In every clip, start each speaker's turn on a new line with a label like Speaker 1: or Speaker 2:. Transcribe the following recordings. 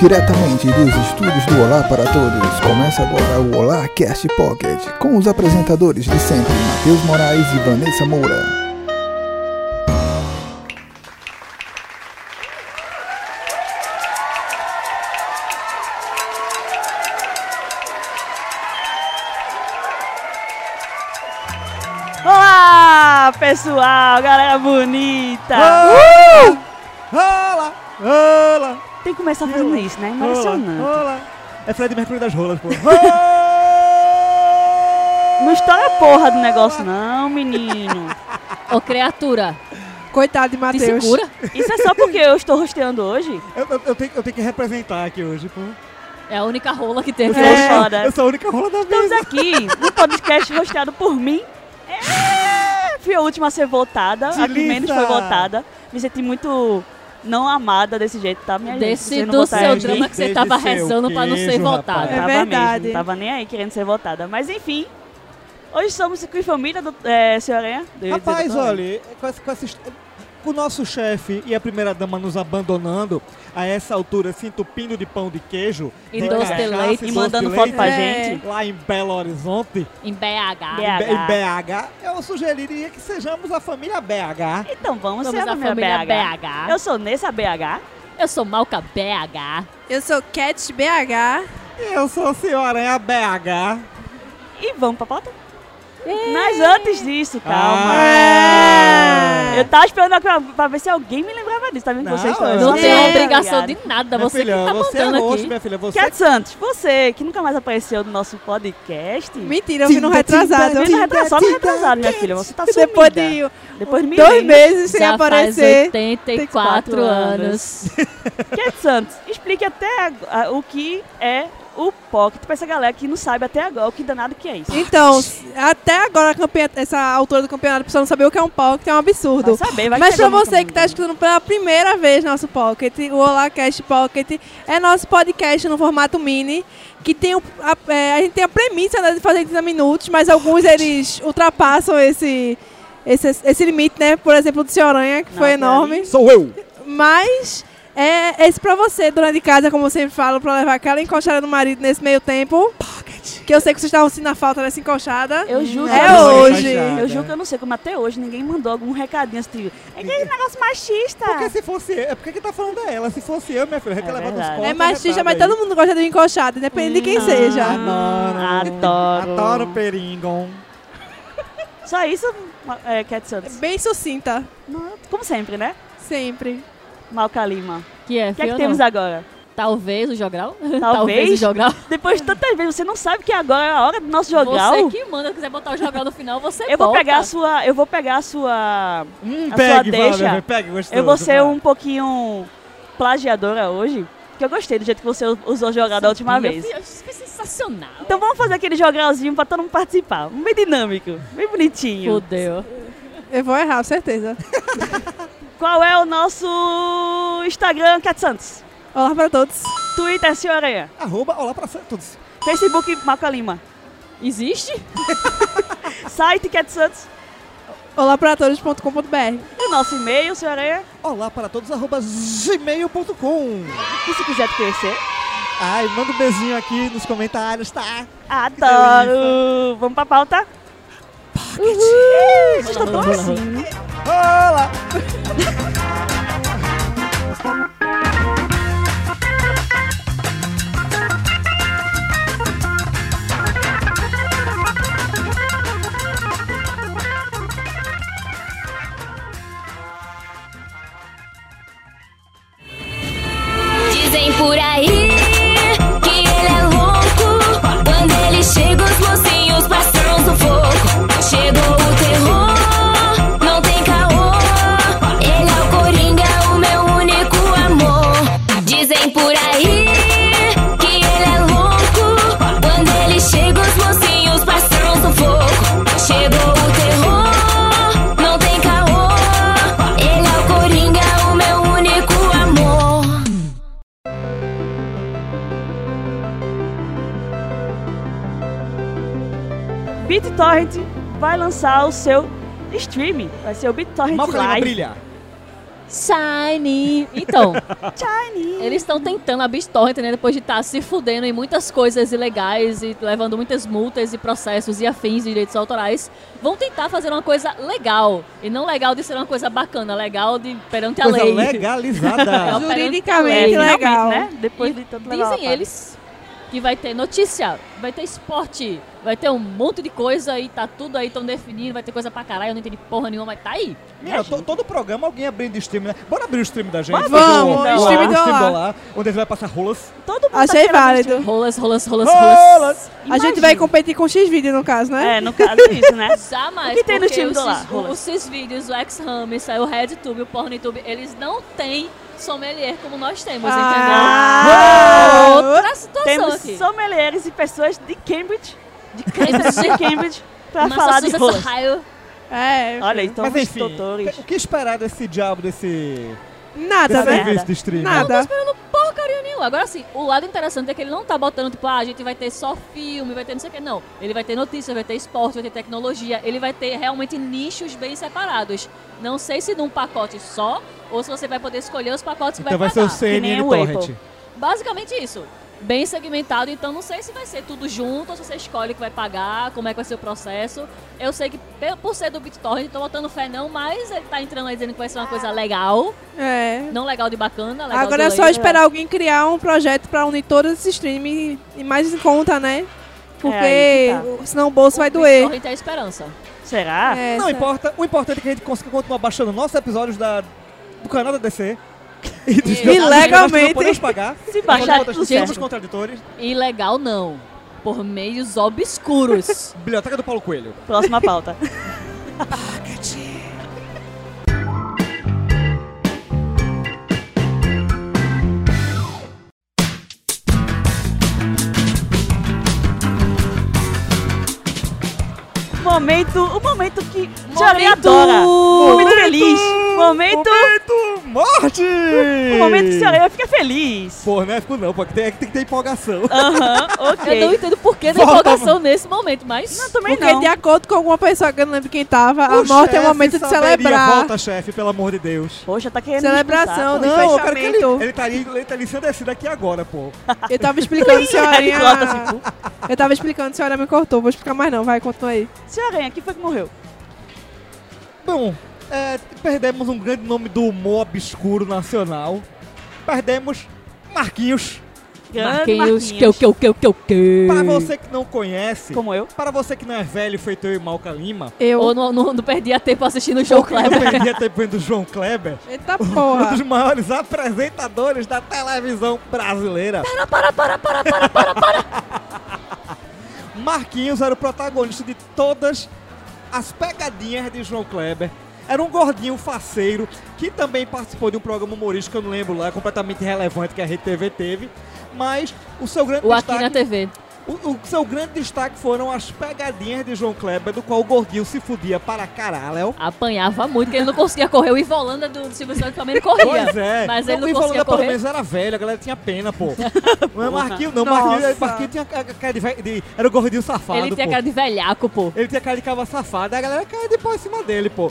Speaker 1: Diretamente dos estúdios do Olá para Todos, começa agora o Olá Cast Pocket, com os apresentadores de sempre, Matheus Moraes e Vanessa Moura.
Speaker 2: Olá, pessoal, galera bonita! Uh!
Speaker 3: Rola! Rola!
Speaker 2: Tem que começar fazendo isso, né? Impressionante.
Speaker 3: Rola! É Fred Mercury das rolas, pô. Rola!
Speaker 2: Não estoura a porra do negócio, não, menino.
Speaker 4: Ô, criatura,
Speaker 5: Coitado de
Speaker 4: te
Speaker 5: Matheus.
Speaker 4: segura.
Speaker 2: Isso é só porque eu estou rosteando hoje?
Speaker 3: Eu, eu- eu tenho, eu tenho que representar aqui hoje, pô.
Speaker 4: É a única rola que teve.
Speaker 2: É. foda. Então
Speaker 3: eu sou a única rola da
Speaker 2: Estamos
Speaker 3: mesa.
Speaker 2: aqui no podcast rosteado por mim. É, Fui a última a ser votada, a que
Speaker 3: Dilita.
Speaker 2: menos foi votada. Me senti muito não amada desse jeito, tá? Minha gente,
Speaker 4: Desse
Speaker 2: vocês não
Speaker 4: do
Speaker 2: votaram
Speaker 4: seu
Speaker 2: em mim.
Speaker 4: drama que você
Speaker 3: Desde
Speaker 4: tava
Speaker 3: seu
Speaker 4: rezando pra não ser
Speaker 3: queijo,
Speaker 2: Eu
Speaker 3: É
Speaker 4: votada.
Speaker 5: rapaz.
Speaker 2: tava
Speaker 5: verdade.
Speaker 2: mesmo, não tava nem aí querendo ser votada. Mas enfim, hoje somos com a família, do, é, senhorinha? Eu ia dizer
Speaker 3: Rapaz,
Speaker 2: doutora.
Speaker 3: olha, com, essa- com, essa hist- com o nosso chefe e a primeira-dama nos abandonando, a essa altura se entupindo de pão de queijo.
Speaker 4: E
Speaker 3: de
Speaker 4: doce de
Speaker 3: cachaça
Speaker 4: leite.
Speaker 2: E
Speaker 3: doce
Speaker 2: mandando
Speaker 3: de
Speaker 2: foto pra
Speaker 5: É.
Speaker 2: gente.
Speaker 3: Lá em Belo Horizonte,
Speaker 4: Em BH.
Speaker 2: Yeah. BH.
Speaker 3: em BH, eu sugeriria que sejamos a família BH.
Speaker 2: Então vamos, ser
Speaker 4: Somos
Speaker 2: a
Speaker 4: a
Speaker 2: família,
Speaker 4: família
Speaker 2: BH.
Speaker 4: BH.
Speaker 2: Eu sou Nessa BH.
Speaker 4: Eu, sou Malca BH.
Speaker 5: Eu sou Cat BH.
Speaker 3: Eu sou a senhora em BH.
Speaker 2: E vamos pra pauta? Mas antes disso, calma.
Speaker 3: Ah.
Speaker 2: Eu tava esperando pra, pra ver se alguém me lembrava disso, tá vendo? que
Speaker 3: Não,
Speaker 2: Vocês estão
Speaker 3: eu
Speaker 4: Não
Speaker 5: Sim.
Speaker 4: tem
Speaker 5: É,
Speaker 4: obrigação de nada.
Speaker 3: Minha
Speaker 4: Você
Speaker 3: filha,
Speaker 4: que tá
Speaker 3: você é
Speaker 4: montando
Speaker 3: roxo,
Speaker 4: aqui.
Speaker 3: minha filha. Você
Speaker 2: Cat Santos, você que nunca mais apareceu no nosso podcast.
Speaker 5: Mentira, eu vim no retrasado.
Speaker 2: Eu vi no retrasado, só no retrasado, minha filha. Você tá sumida.
Speaker 5: Depois de
Speaker 2: Depois de mim,
Speaker 5: dois meses sem
Speaker 4: Já faz
Speaker 5: aparecer.
Speaker 4: 84 anos.
Speaker 2: Cat Santos, explique até ag- a- o que é o Pocket pra essa galera que não sabe até agora o que danado que é isso.
Speaker 5: Então, até agora, a campe- essa altura do campeonato, a pessoa não saber o que é um pocket, é um
Speaker 2: Vai
Speaker 5: absurdo.
Speaker 2: saber, vai é
Speaker 5: Mas
Speaker 2: chegar
Speaker 5: pra
Speaker 2: muito
Speaker 5: você que tá
Speaker 2: mundo.
Speaker 5: escutando pela primeira vez nosso Pocket, o Olá Cast Pocket, é nosso podcast no formato mini, que tem o- a, é, a gente tem a premissa né, de fazer em 30 minutos, mas alguns eles ultrapassam esse, esse, esse limite, né? Por exemplo, o do Senhor Aranha, que
Speaker 2: Não,
Speaker 5: foi
Speaker 2: aquele
Speaker 5: enorme.
Speaker 3: Sou eu.
Speaker 5: Mas é esse pra você, dona de casa, como eu sempre falo, pra levar aquela encoxada no marido nesse meio tempo. Que eu sei que vocês estavam sentindo a falta dessa encoxada.
Speaker 2: Eu juro
Speaker 5: É
Speaker 2: que eu não sei.
Speaker 5: hoje.
Speaker 2: Eu juro que eu não sei como é até hoje ninguém mandou algum recadinho assim. É aquele negócio machista.
Speaker 3: Porque se fosse eu, é porque que tá falando é ela. Se fosse eu, minha filha, eu ia ter
Speaker 2: É
Speaker 3: levado uns
Speaker 2: verdade.
Speaker 3: cortes.
Speaker 5: É machista, mas
Speaker 3: arretado
Speaker 5: todo mundo gosta de uma encoxada, independente de quem
Speaker 2: Hum,
Speaker 5: seja.
Speaker 3: Adoro.
Speaker 2: Ah, Adoro.
Speaker 3: Adoro Peringon.
Speaker 2: Só isso, é, Cat Santos.
Speaker 5: Bem sucinta,
Speaker 2: Não, Como sempre, né?
Speaker 5: sempre.
Speaker 2: Malca Lima.
Speaker 4: Que é,
Speaker 2: O que é
Speaker 4: filho,
Speaker 2: que temos agora?
Speaker 4: Talvez o jogral.
Speaker 2: Talvez?
Speaker 4: o jogral.
Speaker 2: Depois de tantas vezes, você não sabe que agora é a hora do nosso jogral?
Speaker 4: Você que manda, quiser botar o jogral no final, você
Speaker 2: Eu vou
Speaker 4: bota.
Speaker 2: pegar a sua. Eu vou pegar a sua.
Speaker 3: Hum,
Speaker 2: A sua
Speaker 3: pegue, vai,
Speaker 2: deixa.
Speaker 3: meu filho, pegue, gostoso.
Speaker 2: Eu vou ser
Speaker 3: vai.
Speaker 2: um pouquinho plagiadora hoje. Porque eu gostei do jeito que você usou o jogral da última
Speaker 4: Meu
Speaker 2: vez.
Speaker 4: filho, isso foi sensacional.
Speaker 2: Então vamos fazer aquele jogralzinho pra todo mundo participar. Bem dinâmico, bem bonitinho.
Speaker 4: Fudeu.
Speaker 5: Eu vou errar, com certeza.
Speaker 2: Qual é o nosso Instagram, Cat Santos?
Speaker 5: Olá pra todos.
Speaker 2: Twitter, senhora.
Speaker 3: Arroba, olá pra todos.
Speaker 2: Facebook, Maca Lima.
Speaker 4: Existe?
Speaker 2: Site, Cat Santos.
Speaker 5: Olá pra todos.com.br.
Speaker 2: E o nosso e-mail, senhora.
Speaker 3: Olá para todos, arroba gmail.com.
Speaker 2: E se quiser te conhecer,
Speaker 3: Ai, manda um beijinho aqui nos comentários, tá?
Speaker 2: adoro. Vamos pra pauta? Uhul. Vocês estão tão assim.
Speaker 3: Olá!
Speaker 6: Dizem por aí que ele é louco. Quando ele chega, os mocinhos passam sufoco. Chegou o terror, não tem caô. Ele é o coringa, o meu único amor. Dizem por aí que ele é louco. Quando ele chega, os mocinhos passam sufoco. Chegou o terror, não tem caô. Ele é o coringa, o meu único amor.
Speaker 2: BitTorrent vai lançar o seu streaming. Vai ser o BitTorrent
Speaker 3: Malca Lima
Speaker 2: Live.
Speaker 3: brilha.
Speaker 4: Shiny. Então,
Speaker 2: Shiny.
Speaker 4: eles estão tentando a Bistorrent, né? Depois de estar se fudendo em muitas coisas ilegais e levando muitas multas e processos e afins de direitos autorais, vão tentar fazer uma coisa legal. E não legal de ser uma coisa bacana, legal de perante a
Speaker 3: Coisa
Speaker 4: Tá lei.
Speaker 2: É
Speaker 3: legalizada.
Speaker 4: Não,
Speaker 5: Juridicamente
Speaker 4: É,
Speaker 2: Finalmente,
Speaker 5: legal.
Speaker 2: né? Depois
Speaker 4: E
Speaker 2: de tanto legal. tá.
Speaker 4: Dizem eles que vai ter notícia, vai ter esporte, vai ter um monte de coisa e tá tudo aí tão definido, vai ter coisa pra caralho, eu não entendi porra nenhuma, mas tá aí.
Speaker 3: Mira, to- todo programa alguém abrindo stream, né? Bora abrir o stream da gente.
Speaker 2: Vamos,
Speaker 3: Fazer
Speaker 2: o
Speaker 3: o,
Speaker 2: stream
Speaker 3: o
Speaker 5: do
Speaker 3: stream do
Speaker 5: Olá.
Speaker 3: Olá, Onde a gente vai passar rolas.
Speaker 2: Todo mundo tá
Speaker 5: Achei
Speaker 2: querendo
Speaker 5: válido.
Speaker 2: assistir.
Speaker 4: Rolas, rolas, rolas, rolas.
Speaker 3: Rolas!
Speaker 5: A gente vai competir com X-Video, no caso, né?
Speaker 2: É, no caso isso, né?
Speaker 4: Jamais,
Speaker 2: O que tem no
Speaker 4: porque
Speaker 2: time
Speaker 4: os
Speaker 2: do lá,
Speaker 4: cis-
Speaker 2: rolas?
Speaker 4: Os cis vídeos, o x Hammer, o RedTube, o PornTube, eles não têm sommelier como nós temos,
Speaker 5: Ah.
Speaker 4: entendeu? É Outra situação
Speaker 2: Temos
Speaker 4: aqui.
Speaker 2: sommeliers e pessoas de Cambridge, de
Speaker 4: Cambridge.
Speaker 2: Cambridge, de Cambridge, pra falar de rolas.
Speaker 4: Massachusetts,
Speaker 5: É.
Speaker 2: Olha, então
Speaker 3: Mas
Speaker 2: os
Speaker 3: enfim,
Speaker 2: doutores.
Speaker 3: o que esperar desse diabo desse,
Speaker 5: Nada,
Speaker 3: desse
Speaker 2: Também.
Speaker 5: né?
Speaker 3: serviço de streaming?
Speaker 4: Eu não tô
Speaker 5: Nada.
Speaker 4: esperando porcaria nenhuma. Agora sim, o lado interessante é que ele não tá botando, tipo, ah, a gente vai ter só filme, vai ter não sei o que, não. Ele vai ter notícia, vai ter esporte, vai ter tecnologia, ele vai ter realmente nichos bem separados. Não sei se num pacote só, ou se você vai poder escolher os pacotes que
Speaker 3: Então vai
Speaker 4: vai
Speaker 3: ser o
Speaker 4: pagar.
Speaker 3: CNN
Speaker 2: nem o
Speaker 3: Torrent.
Speaker 2: Apple.
Speaker 4: Basicamente isso. Bem segmentado, então não sei se vai ser tudo junto, ou se você escolhe o que vai pagar, como é que vai ser o processo. Eu sei que pe- por ser do BitTorrent, tô botando fé não, mas ele tá entrando aí dizendo que vai ser uma coisa legal.
Speaker 5: É.
Speaker 4: Não legal de bacana, legal
Speaker 5: Agora
Speaker 4: de
Speaker 5: é só
Speaker 4: lei.
Speaker 5: esperar alguém criar um projeto pra unir todos esses streams e mais em conta, né? Porque
Speaker 2: aí que tá.
Speaker 5: o- senão o bolso vai
Speaker 4: O
Speaker 5: doer.
Speaker 4: BitTorrent é a esperança.
Speaker 2: Será?
Speaker 5: É,
Speaker 3: Não
Speaker 5: sabe?
Speaker 3: importa, o importante é que a gente consiga continuar baixando nossos episódios da, do canal da DC. E dos
Speaker 4: E
Speaker 5: legalmente.
Speaker 3: Podemos pagar.
Speaker 2: Se baixar
Speaker 3: Contra
Speaker 2: tudo
Speaker 3: outras- Somos
Speaker 2: certo.
Speaker 3: contraditores.
Speaker 4: Ilegal não. Por meios obscuros.
Speaker 3: Biblioteca do Paulo Coelho.
Speaker 2: Próxima pauta. Momento, o momento que Jolene
Speaker 4: Momento!
Speaker 2: adora. Momento feliz. Momento,
Speaker 3: Momento morte!
Speaker 2: o momento que Jolene fica feliz.
Speaker 3: Pô, né? Fico não, pô. que Tem, é que tem que ter empolgação.
Speaker 2: Aham, ok.
Speaker 4: Eu não entendo por que da
Speaker 3: Volta,
Speaker 4: empolgação nesse momento, mas.
Speaker 2: Não, também
Speaker 5: Porque
Speaker 2: não.
Speaker 5: de acordo com alguma pessoa que eu não lembro quem tava, a
Speaker 3: O
Speaker 5: morte é o
Speaker 3: chefe
Speaker 5: momento de
Speaker 3: saberia.
Speaker 5: celebrar.
Speaker 3: Volta, chefe, pelo amor de Deus.
Speaker 2: Poxa, tá querendo me
Speaker 5: Celebração
Speaker 2: expulsar.
Speaker 5: do
Speaker 3: Não, eu quero que ele,
Speaker 5: fechamento.
Speaker 3: ele tá ali, ele tá ali sendo descido aqui agora, pô.
Speaker 5: Eu tava explicando, senhorinha.
Speaker 2: Ele corta,
Speaker 3: assim,
Speaker 2: tipo,
Speaker 5: Eu tava explicando, a senhora me cortou. Vou explicar mais não, vai, continua aí.
Speaker 2: Senhorinha, quem foi que morreu?
Speaker 3: Bom, é, perdemos um grande nome do humor obscuro nacional. Perdemos Marquinhos.
Speaker 4: Marquinhos, que o que o que o que o que.
Speaker 3: Para você que não conhece,
Speaker 2: Como eu.
Speaker 3: para você que não é velho, feito eu e Malca Lima,
Speaker 5: Eu.
Speaker 4: Ou não, não, não perdia tempo assistindo o show
Speaker 3: eu
Speaker 4: Kleber.
Speaker 3: perdi até tempo do João Kleber,
Speaker 5: Eita
Speaker 3: um
Speaker 5: porra.
Speaker 3: dos maiores apresentadores da televisão brasileira.
Speaker 4: Para, para, para, para, para, para.
Speaker 3: Marquinhos era o protagonista de todas as pegadinhas de João Kleber. Era um gordinho faceiro que também participou de um programa humorístico, que eu não lembro lá, completamente irrelevante que a Rede TV teve. Mas o seu grande
Speaker 4: O Aqui
Speaker 3: destaque.
Speaker 4: na TV.
Speaker 3: O, o seu grande destaque foram as pegadinhas de João Kleber, do qual o gordinho se fudia para caralho.
Speaker 4: Apanhava muito, que ele não conseguia correr. O Ivan Holanda do Silvio Santos também corria.
Speaker 3: Pois é.
Speaker 4: Mas ele
Speaker 3: o
Speaker 4: não
Speaker 3: Ivan
Speaker 4: conseguia
Speaker 3: Lula, pelo
Speaker 4: correr.
Speaker 3: menos era velho, a galera tinha pena, pô. Não é Marquinhos, não.
Speaker 5: Nossa.
Speaker 3: Marquinhos, Marquinhos tinha ca- cara de, ve- de- Era o gordinho safado.
Speaker 4: Ele tinha
Speaker 3: um pô.
Speaker 4: cara de velhaco, pô.
Speaker 3: Ele tinha cara de cava safada, a galera caiu de pau em cima dele, pô.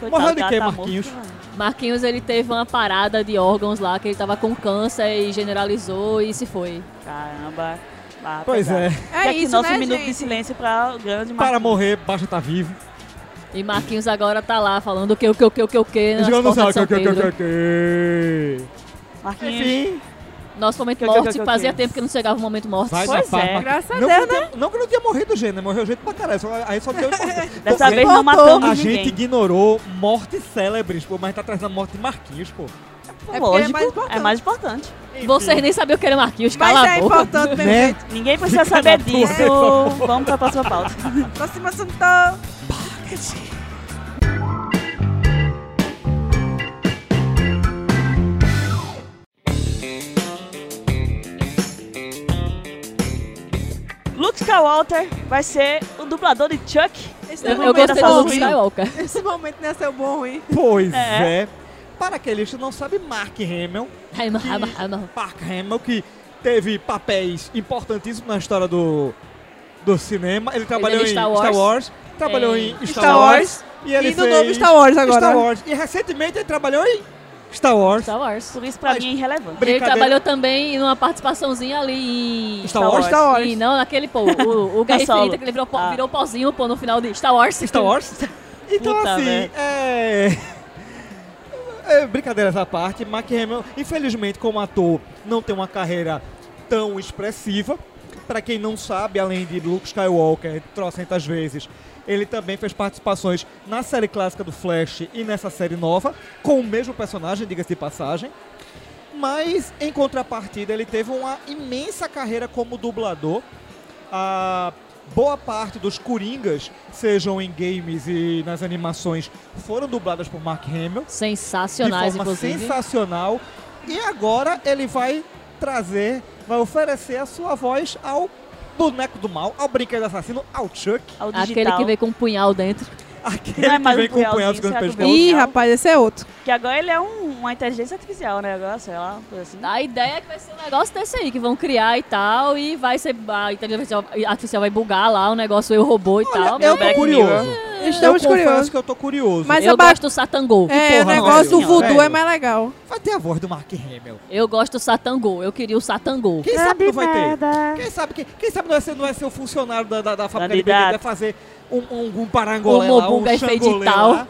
Speaker 2: Coitado,
Speaker 3: Morreu de
Speaker 2: cara,
Speaker 3: quê,
Speaker 2: tá
Speaker 3: Marquinhos?
Speaker 2: morto.
Speaker 4: Marquinhos, ele teve uma parada de órgãos lá, que ele tava com câncer e generalizou e se foi.
Speaker 2: Caramba. Ah,
Speaker 3: Pois
Speaker 2: pesado.
Speaker 3: é.
Speaker 5: É
Speaker 2: Fica aqui
Speaker 5: isso,
Speaker 2: nosso
Speaker 5: né,
Speaker 2: minuto de
Speaker 5: gente?
Speaker 2: silêncio para o grande
Speaker 3: Para
Speaker 2: Marquinhos.
Speaker 3: morrer, basta tá vivo.
Speaker 4: E Marquinhos agora tá lá falando o que, o que, o que, o que, o que. nas
Speaker 3: Jogando no
Speaker 4: portas
Speaker 3: céu,
Speaker 4: de São
Speaker 3: que, que,
Speaker 4: Pedro.
Speaker 3: que, que.
Speaker 2: Marquinhos.
Speaker 3: Enfim,
Speaker 4: Nosso momento
Speaker 2: Que, que, que,
Speaker 4: morte
Speaker 2: que,
Speaker 4: fazia
Speaker 2: que.
Speaker 4: tempo que não chegava o momento morte.
Speaker 3: vai
Speaker 2: Pois
Speaker 3: na paz,
Speaker 2: é,
Speaker 3: Marquinhos.
Speaker 5: graças a
Speaker 3: Não
Speaker 5: Deus, né?
Speaker 3: que
Speaker 4: né?
Speaker 3: eu tenha- Não que eu não tinha morrido o gênero, morreu jeito pra caralho. só- Aí só deu
Speaker 2: Dessa vez
Speaker 5: voltou.
Speaker 2: não matamos
Speaker 3: A
Speaker 2: ninguém.
Speaker 3: gente ignorou mortes célebres, pô, mas tá trazendo a morte de Marquinhos, pô.
Speaker 5: é
Speaker 2: Lógico,
Speaker 5: mais importante.
Speaker 2: é mais importante.
Speaker 4: Vocês nem sabiam que era Marquinhos,
Speaker 5: Mas
Speaker 4: cala
Speaker 5: é
Speaker 4: a boca.
Speaker 5: importante mesmo,
Speaker 3: Né?
Speaker 5: gente.
Speaker 2: Ninguém precisa
Speaker 3: Fica na
Speaker 2: saber
Speaker 3: tua,
Speaker 2: disso.
Speaker 3: por favor.
Speaker 2: Vamos para a próxima pauta.
Speaker 5: Próximo assunto.
Speaker 2: Luke Skywalker vai ser o dublador de Chuck.
Speaker 5: Esse
Speaker 4: Eu,
Speaker 5: não é
Speaker 4: eu gostei
Speaker 5: momento é
Speaker 4: do
Speaker 5: bom,
Speaker 4: Luke
Speaker 5: ruim.
Speaker 4: Skywalker.
Speaker 5: Esse momento não é seu bom, hein?
Speaker 3: Pois é.
Speaker 2: É.
Speaker 3: Para aquele que não sabe, Mark Hamill,
Speaker 4: Ai, mano,
Speaker 3: Que-
Speaker 4: ai, mano, ai, mano.
Speaker 3: Mark Hamill, que teve papéis importantíssimos na história do, do cinema. Ele trabalhou
Speaker 4: é do
Speaker 3: em
Speaker 4: Star Wars.
Speaker 3: Star Wars, trabalhou
Speaker 4: É.
Speaker 3: em Star,
Speaker 5: Star
Speaker 3: Wars,
Speaker 5: Wars.
Speaker 3: e ele
Speaker 5: e do
Speaker 3: fez
Speaker 5: novo Star Wars agora.
Speaker 3: Star Wars. E recentemente ele trabalhou em Star Wars.
Speaker 4: Star Wars.
Speaker 2: Por isso, pra
Speaker 3: Mas-
Speaker 2: mim, é irrelevante.
Speaker 4: Ele
Speaker 3: Brincadeira.
Speaker 4: trabalhou também numa participaçãozinha ali em.
Speaker 3: Star Wars? Star Wars.
Speaker 4: Sim, não, naquele pô, o, o Guerra
Speaker 2: Han Solo.
Speaker 4: Infinita, que ele virou, pó-
Speaker 2: Ah.
Speaker 4: virou pozinho, pô, no final de Star Wars.
Speaker 3: Star Wars? Então,
Speaker 2: Puta
Speaker 3: assim,
Speaker 2: merda.
Speaker 3: é... é. Brincadeira essa parte. Mark Hamill, infelizmente, como ator, não tem uma carreira tão expressiva. Pra quem não sabe, além de Luke Skywalker, trocentas vezes, ele também fez participações na série clássica do Flash e nessa série nova, com o mesmo personagem, diga-se de passagem. Mas, em contrapartida, ele teve uma imensa carreira como dublador. A boa parte dos Coringas, sejam em games e nas animações, foram dubladas por Mark Hamill.
Speaker 4: Sensacionais,
Speaker 3: de forma
Speaker 4: inclusive.
Speaker 3: sensacional. E agora ele vai trazer, vai oferecer a sua voz ao boneco do mal, ao brinquedo assassino, ao Chuck.
Speaker 2: Ao digital,
Speaker 4: Aquele que veio com um punhal dentro.
Speaker 3: Aquele
Speaker 2: Não é
Speaker 3: que
Speaker 2: mais
Speaker 3: vem
Speaker 2: um
Speaker 3: com o punhal
Speaker 2: punhalzinho,
Speaker 3: dos
Speaker 2: será
Speaker 3: grandes
Speaker 2: que
Speaker 3: peixes
Speaker 2: vem?
Speaker 3: dela.
Speaker 5: Ih,
Speaker 2: Não.
Speaker 5: rapaz, esse é outro.
Speaker 2: que agora ele é um- uma inteligência artificial, né? Agora, sei lá, uma coisa assim.
Speaker 4: A ideia é que vai ser um negócio desse aí, que vão criar e tal, e vai ser. A inteligência artificial vai bugar lá o negócio, eu robô e tal.
Speaker 3: Eu tô
Speaker 2: Black
Speaker 3: curioso.
Speaker 2: É.
Speaker 5: Estamos
Speaker 3: eu confesso
Speaker 5: curiosos.
Speaker 3: que eu tô curioso.
Speaker 5: Mas
Speaker 4: eu
Speaker 5: é ba-
Speaker 4: gosto do Satangol.
Speaker 5: É, o
Speaker 3: porra,
Speaker 5: negócio do
Speaker 2: velho.
Speaker 5: voodoo é
Speaker 3: Velho.
Speaker 5: mais legal.
Speaker 3: Vai ter a voz do Mark Hamill.
Speaker 4: Eu gosto do Satangol. Eu queria o Satangol.
Speaker 3: Quem sabe não vai ter?
Speaker 2: Nada.
Speaker 3: Quem sabe, quem, quem sabe não, vai ser, não vai ser o funcionário da, da, da fábrica de
Speaker 2: Candidato.
Speaker 3: brinquedo, vai fazer um, um, um parangolé
Speaker 4: O
Speaker 3: lá, um
Speaker 4: Mobunga é feito de
Speaker 3: xangolé
Speaker 4: tal.
Speaker 3: lá.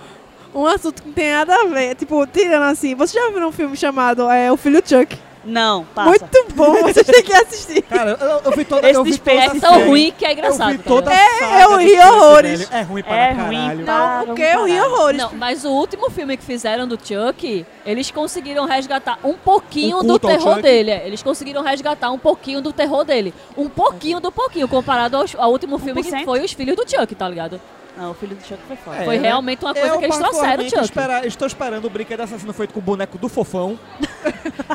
Speaker 5: Um assunto que não tem nada a ver. Tipo, tirando assim. Vocês já viram um filme chamado é, O Filho Chuck?
Speaker 2: Não, passa.
Speaker 5: Muito bom, vocês têm que assistir.
Speaker 3: Cara, eu, eu vi toda
Speaker 2: Esse
Speaker 3: eu vi toda
Speaker 2: despejo
Speaker 3: a
Speaker 4: É tão
Speaker 3: série.
Speaker 4: ruim que é
Speaker 3: Eu
Speaker 4: engraçado.
Speaker 3: vi
Speaker 4: tá
Speaker 3: toda a
Speaker 5: ligado?
Speaker 3: saga
Speaker 5: É, eu
Speaker 3: do
Speaker 5: ri
Speaker 3: Chuck,
Speaker 5: horrores.
Speaker 3: velho. É ruim para
Speaker 2: É ruim
Speaker 3: caralho.
Speaker 2: pra- Ah,
Speaker 5: Porque eu
Speaker 2: vamos
Speaker 5: ri
Speaker 2: parar.
Speaker 5: horrores.
Speaker 4: Não, mas o último filme que fizeram do Chuck, eles conseguiram resgatar um pouquinho
Speaker 3: Um
Speaker 4: do
Speaker 3: culto ao
Speaker 4: terror
Speaker 3: Chuck.
Speaker 4: dele. é. Eles conseguiram resgatar um pouquinho do terror dele. Um pouquinho do pouquinho, comparado aos- ao, último filme que
Speaker 2: 1%.
Speaker 4: foi Os Filhos do Chuck, tá ligado?
Speaker 2: Não, o filho do Chuck foi foda.
Speaker 3: É,
Speaker 4: Foi
Speaker 3: né?
Speaker 4: realmente uma coisa
Speaker 3: Eu,
Speaker 4: que eles trouxeram,
Speaker 3: particularmente,
Speaker 4: Chuck.
Speaker 3: espera- estou esperando o brinquedo assassino feito com o boneco do fofão.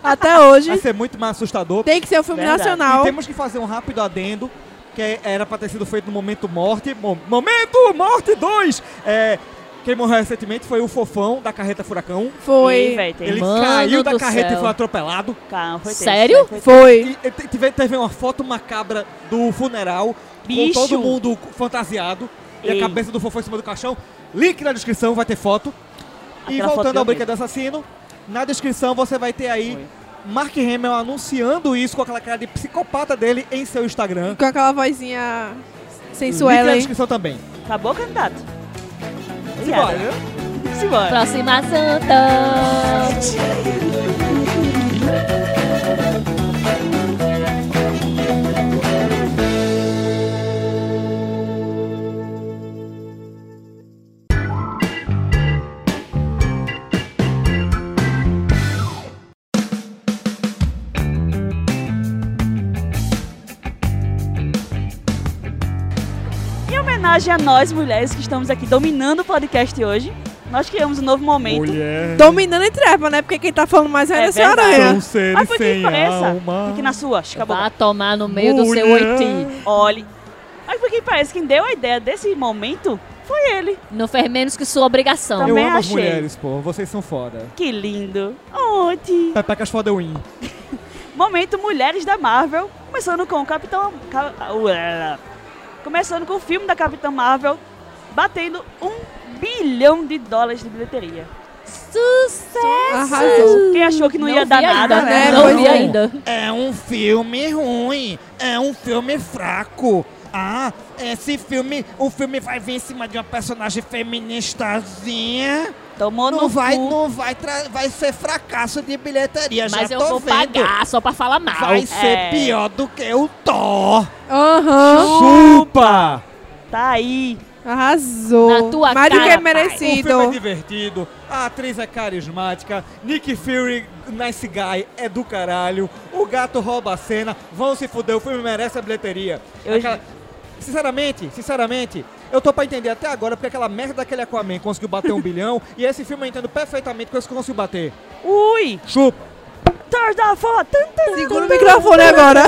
Speaker 5: Até hoje,
Speaker 3: Vai ser muito mais assustador.
Speaker 5: tem que ser um filme
Speaker 2: Verdade.
Speaker 5: nacional.
Speaker 3: E temos que fazer um rápido adendo, que era pra ter sido feito no Momento Morte. Mo- Momento Morte 2! É, quem morreu recentemente foi o Fofão da Carreta Furacão.
Speaker 2: Ih,
Speaker 5: Foi.
Speaker 2: véi, tem-
Speaker 3: Ele
Speaker 4: Mano
Speaker 3: caiu da
Speaker 4: do
Speaker 3: carreta
Speaker 4: céu.
Speaker 3: e foi atropelado.
Speaker 2: Calma, foi triste,
Speaker 4: Sério?
Speaker 2: foi triste.
Speaker 5: Foi.
Speaker 3: E, e te- teve, teve uma foto macabra do funeral,
Speaker 2: Bicho.
Speaker 3: com todo mundo fantasiado. E
Speaker 2: Ei.
Speaker 3: a cabeça do Fofão em cima do caixão. Link na descrição, vai ter foto. e
Speaker 2: Aquela foto
Speaker 3: voltando
Speaker 2: deu
Speaker 3: ao Brinquedo Assassino, na descrição você vai ter aí...
Speaker 2: Foi.
Speaker 3: Mark Hamill anunciando isso com aquela cara de psicopata dele em seu Instagram.
Speaker 5: Com aquela vozinha
Speaker 3: Link
Speaker 5: sensuela,
Speaker 3: na
Speaker 5: hein?
Speaker 3: descrição também.
Speaker 2: Acabou o Tá candidato.
Speaker 3: Simbora.
Speaker 2: Obrigada. Simbora.
Speaker 4: Próxima Santa!
Speaker 2: Em homenagem a nós, mulheres, que estamos aqui dominando o podcast hoje, nós criamos um novo momento.
Speaker 3: Mulher.
Speaker 5: Dominando entre aspas, né? Porque quem tá falando mais é,
Speaker 2: É
Speaker 5: a senhora
Speaker 2: verdade.
Speaker 5: aranha.
Speaker 3: Um ser
Speaker 2: Mas por que
Speaker 3: sem
Speaker 2: pareça?
Speaker 3: alma.
Speaker 2: Fique na sua, acabou.
Speaker 4: Vá tomar no meio do seu
Speaker 3: Mulher.
Speaker 4: oiti.
Speaker 2: Olhe. Mas por que parece quem deu a ideia desse momento foi ele.
Speaker 4: Não fez menos que sua obrigação.
Speaker 2: Também
Speaker 3: Eu amo as
Speaker 2: achei.
Speaker 3: mulheres, pô. Vocês são foda.
Speaker 2: Que lindo. Ontem.
Speaker 3: Pepecas for the win.
Speaker 2: Momento Mulheres da Marvel, começando com o Capitão. Ca- Ué. Começando com o filme da Capitã Marvel, batendo um bilhão de dólares de bilheteria.
Speaker 5: Arrasou.
Speaker 2: Quem achou que não, ia
Speaker 4: vi
Speaker 2: dar
Speaker 4: ainda,
Speaker 2: nada,
Speaker 5: né?
Speaker 4: Não
Speaker 5: Pois
Speaker 4: vi
Speaker 5: é.
Speaker 4: ainda.
Speaker 3: É um filme ruim. É um filme fraco. Ah, esse filme... O filme vai vir em cima de uma personagem feministazinha.
Speaker 2: Tomou no cu.
Speaker 3: vai, tra- vai ser fracasso de bilheteria.
Speaker 4: Mas eu vou pagar só pra falar mal.
Speaker 2: É.
Speaker 3: do que o Thor.
Speaker 5: Aham.
Speaker 3: Chupa!
Speaker 2: Tá aí.
Speaker 5: Arrasou.
Speaker 4: Na tua
Speaker 5: mais do
Speaker 4: cara,
Speaker 5: que
Speaker 4: pai.
Speaker 3: O
Speaker 5: merecido.
Speaker 3: filme é divertido, a atriz é carismática, Nick Fury, Nice Guy, é do caralho, o gato rouba a cena, vão se fuder, o filme merece a bilheteria.
Speaker 2: Eu-
Speaker 3: Aquela- Sinceramente, sinceramente, eu tô pra entender até agora porque aquela merda daquele Aquaman conseguiu bater um bilhão e esse filme eu entendo perfeitamente que eu conseguiu bater.
Speaker 2: Ui!
Speaker 3: Chupa!
Speaker 2: Thor da foda!
Speaker 5: Segura o microfone agora.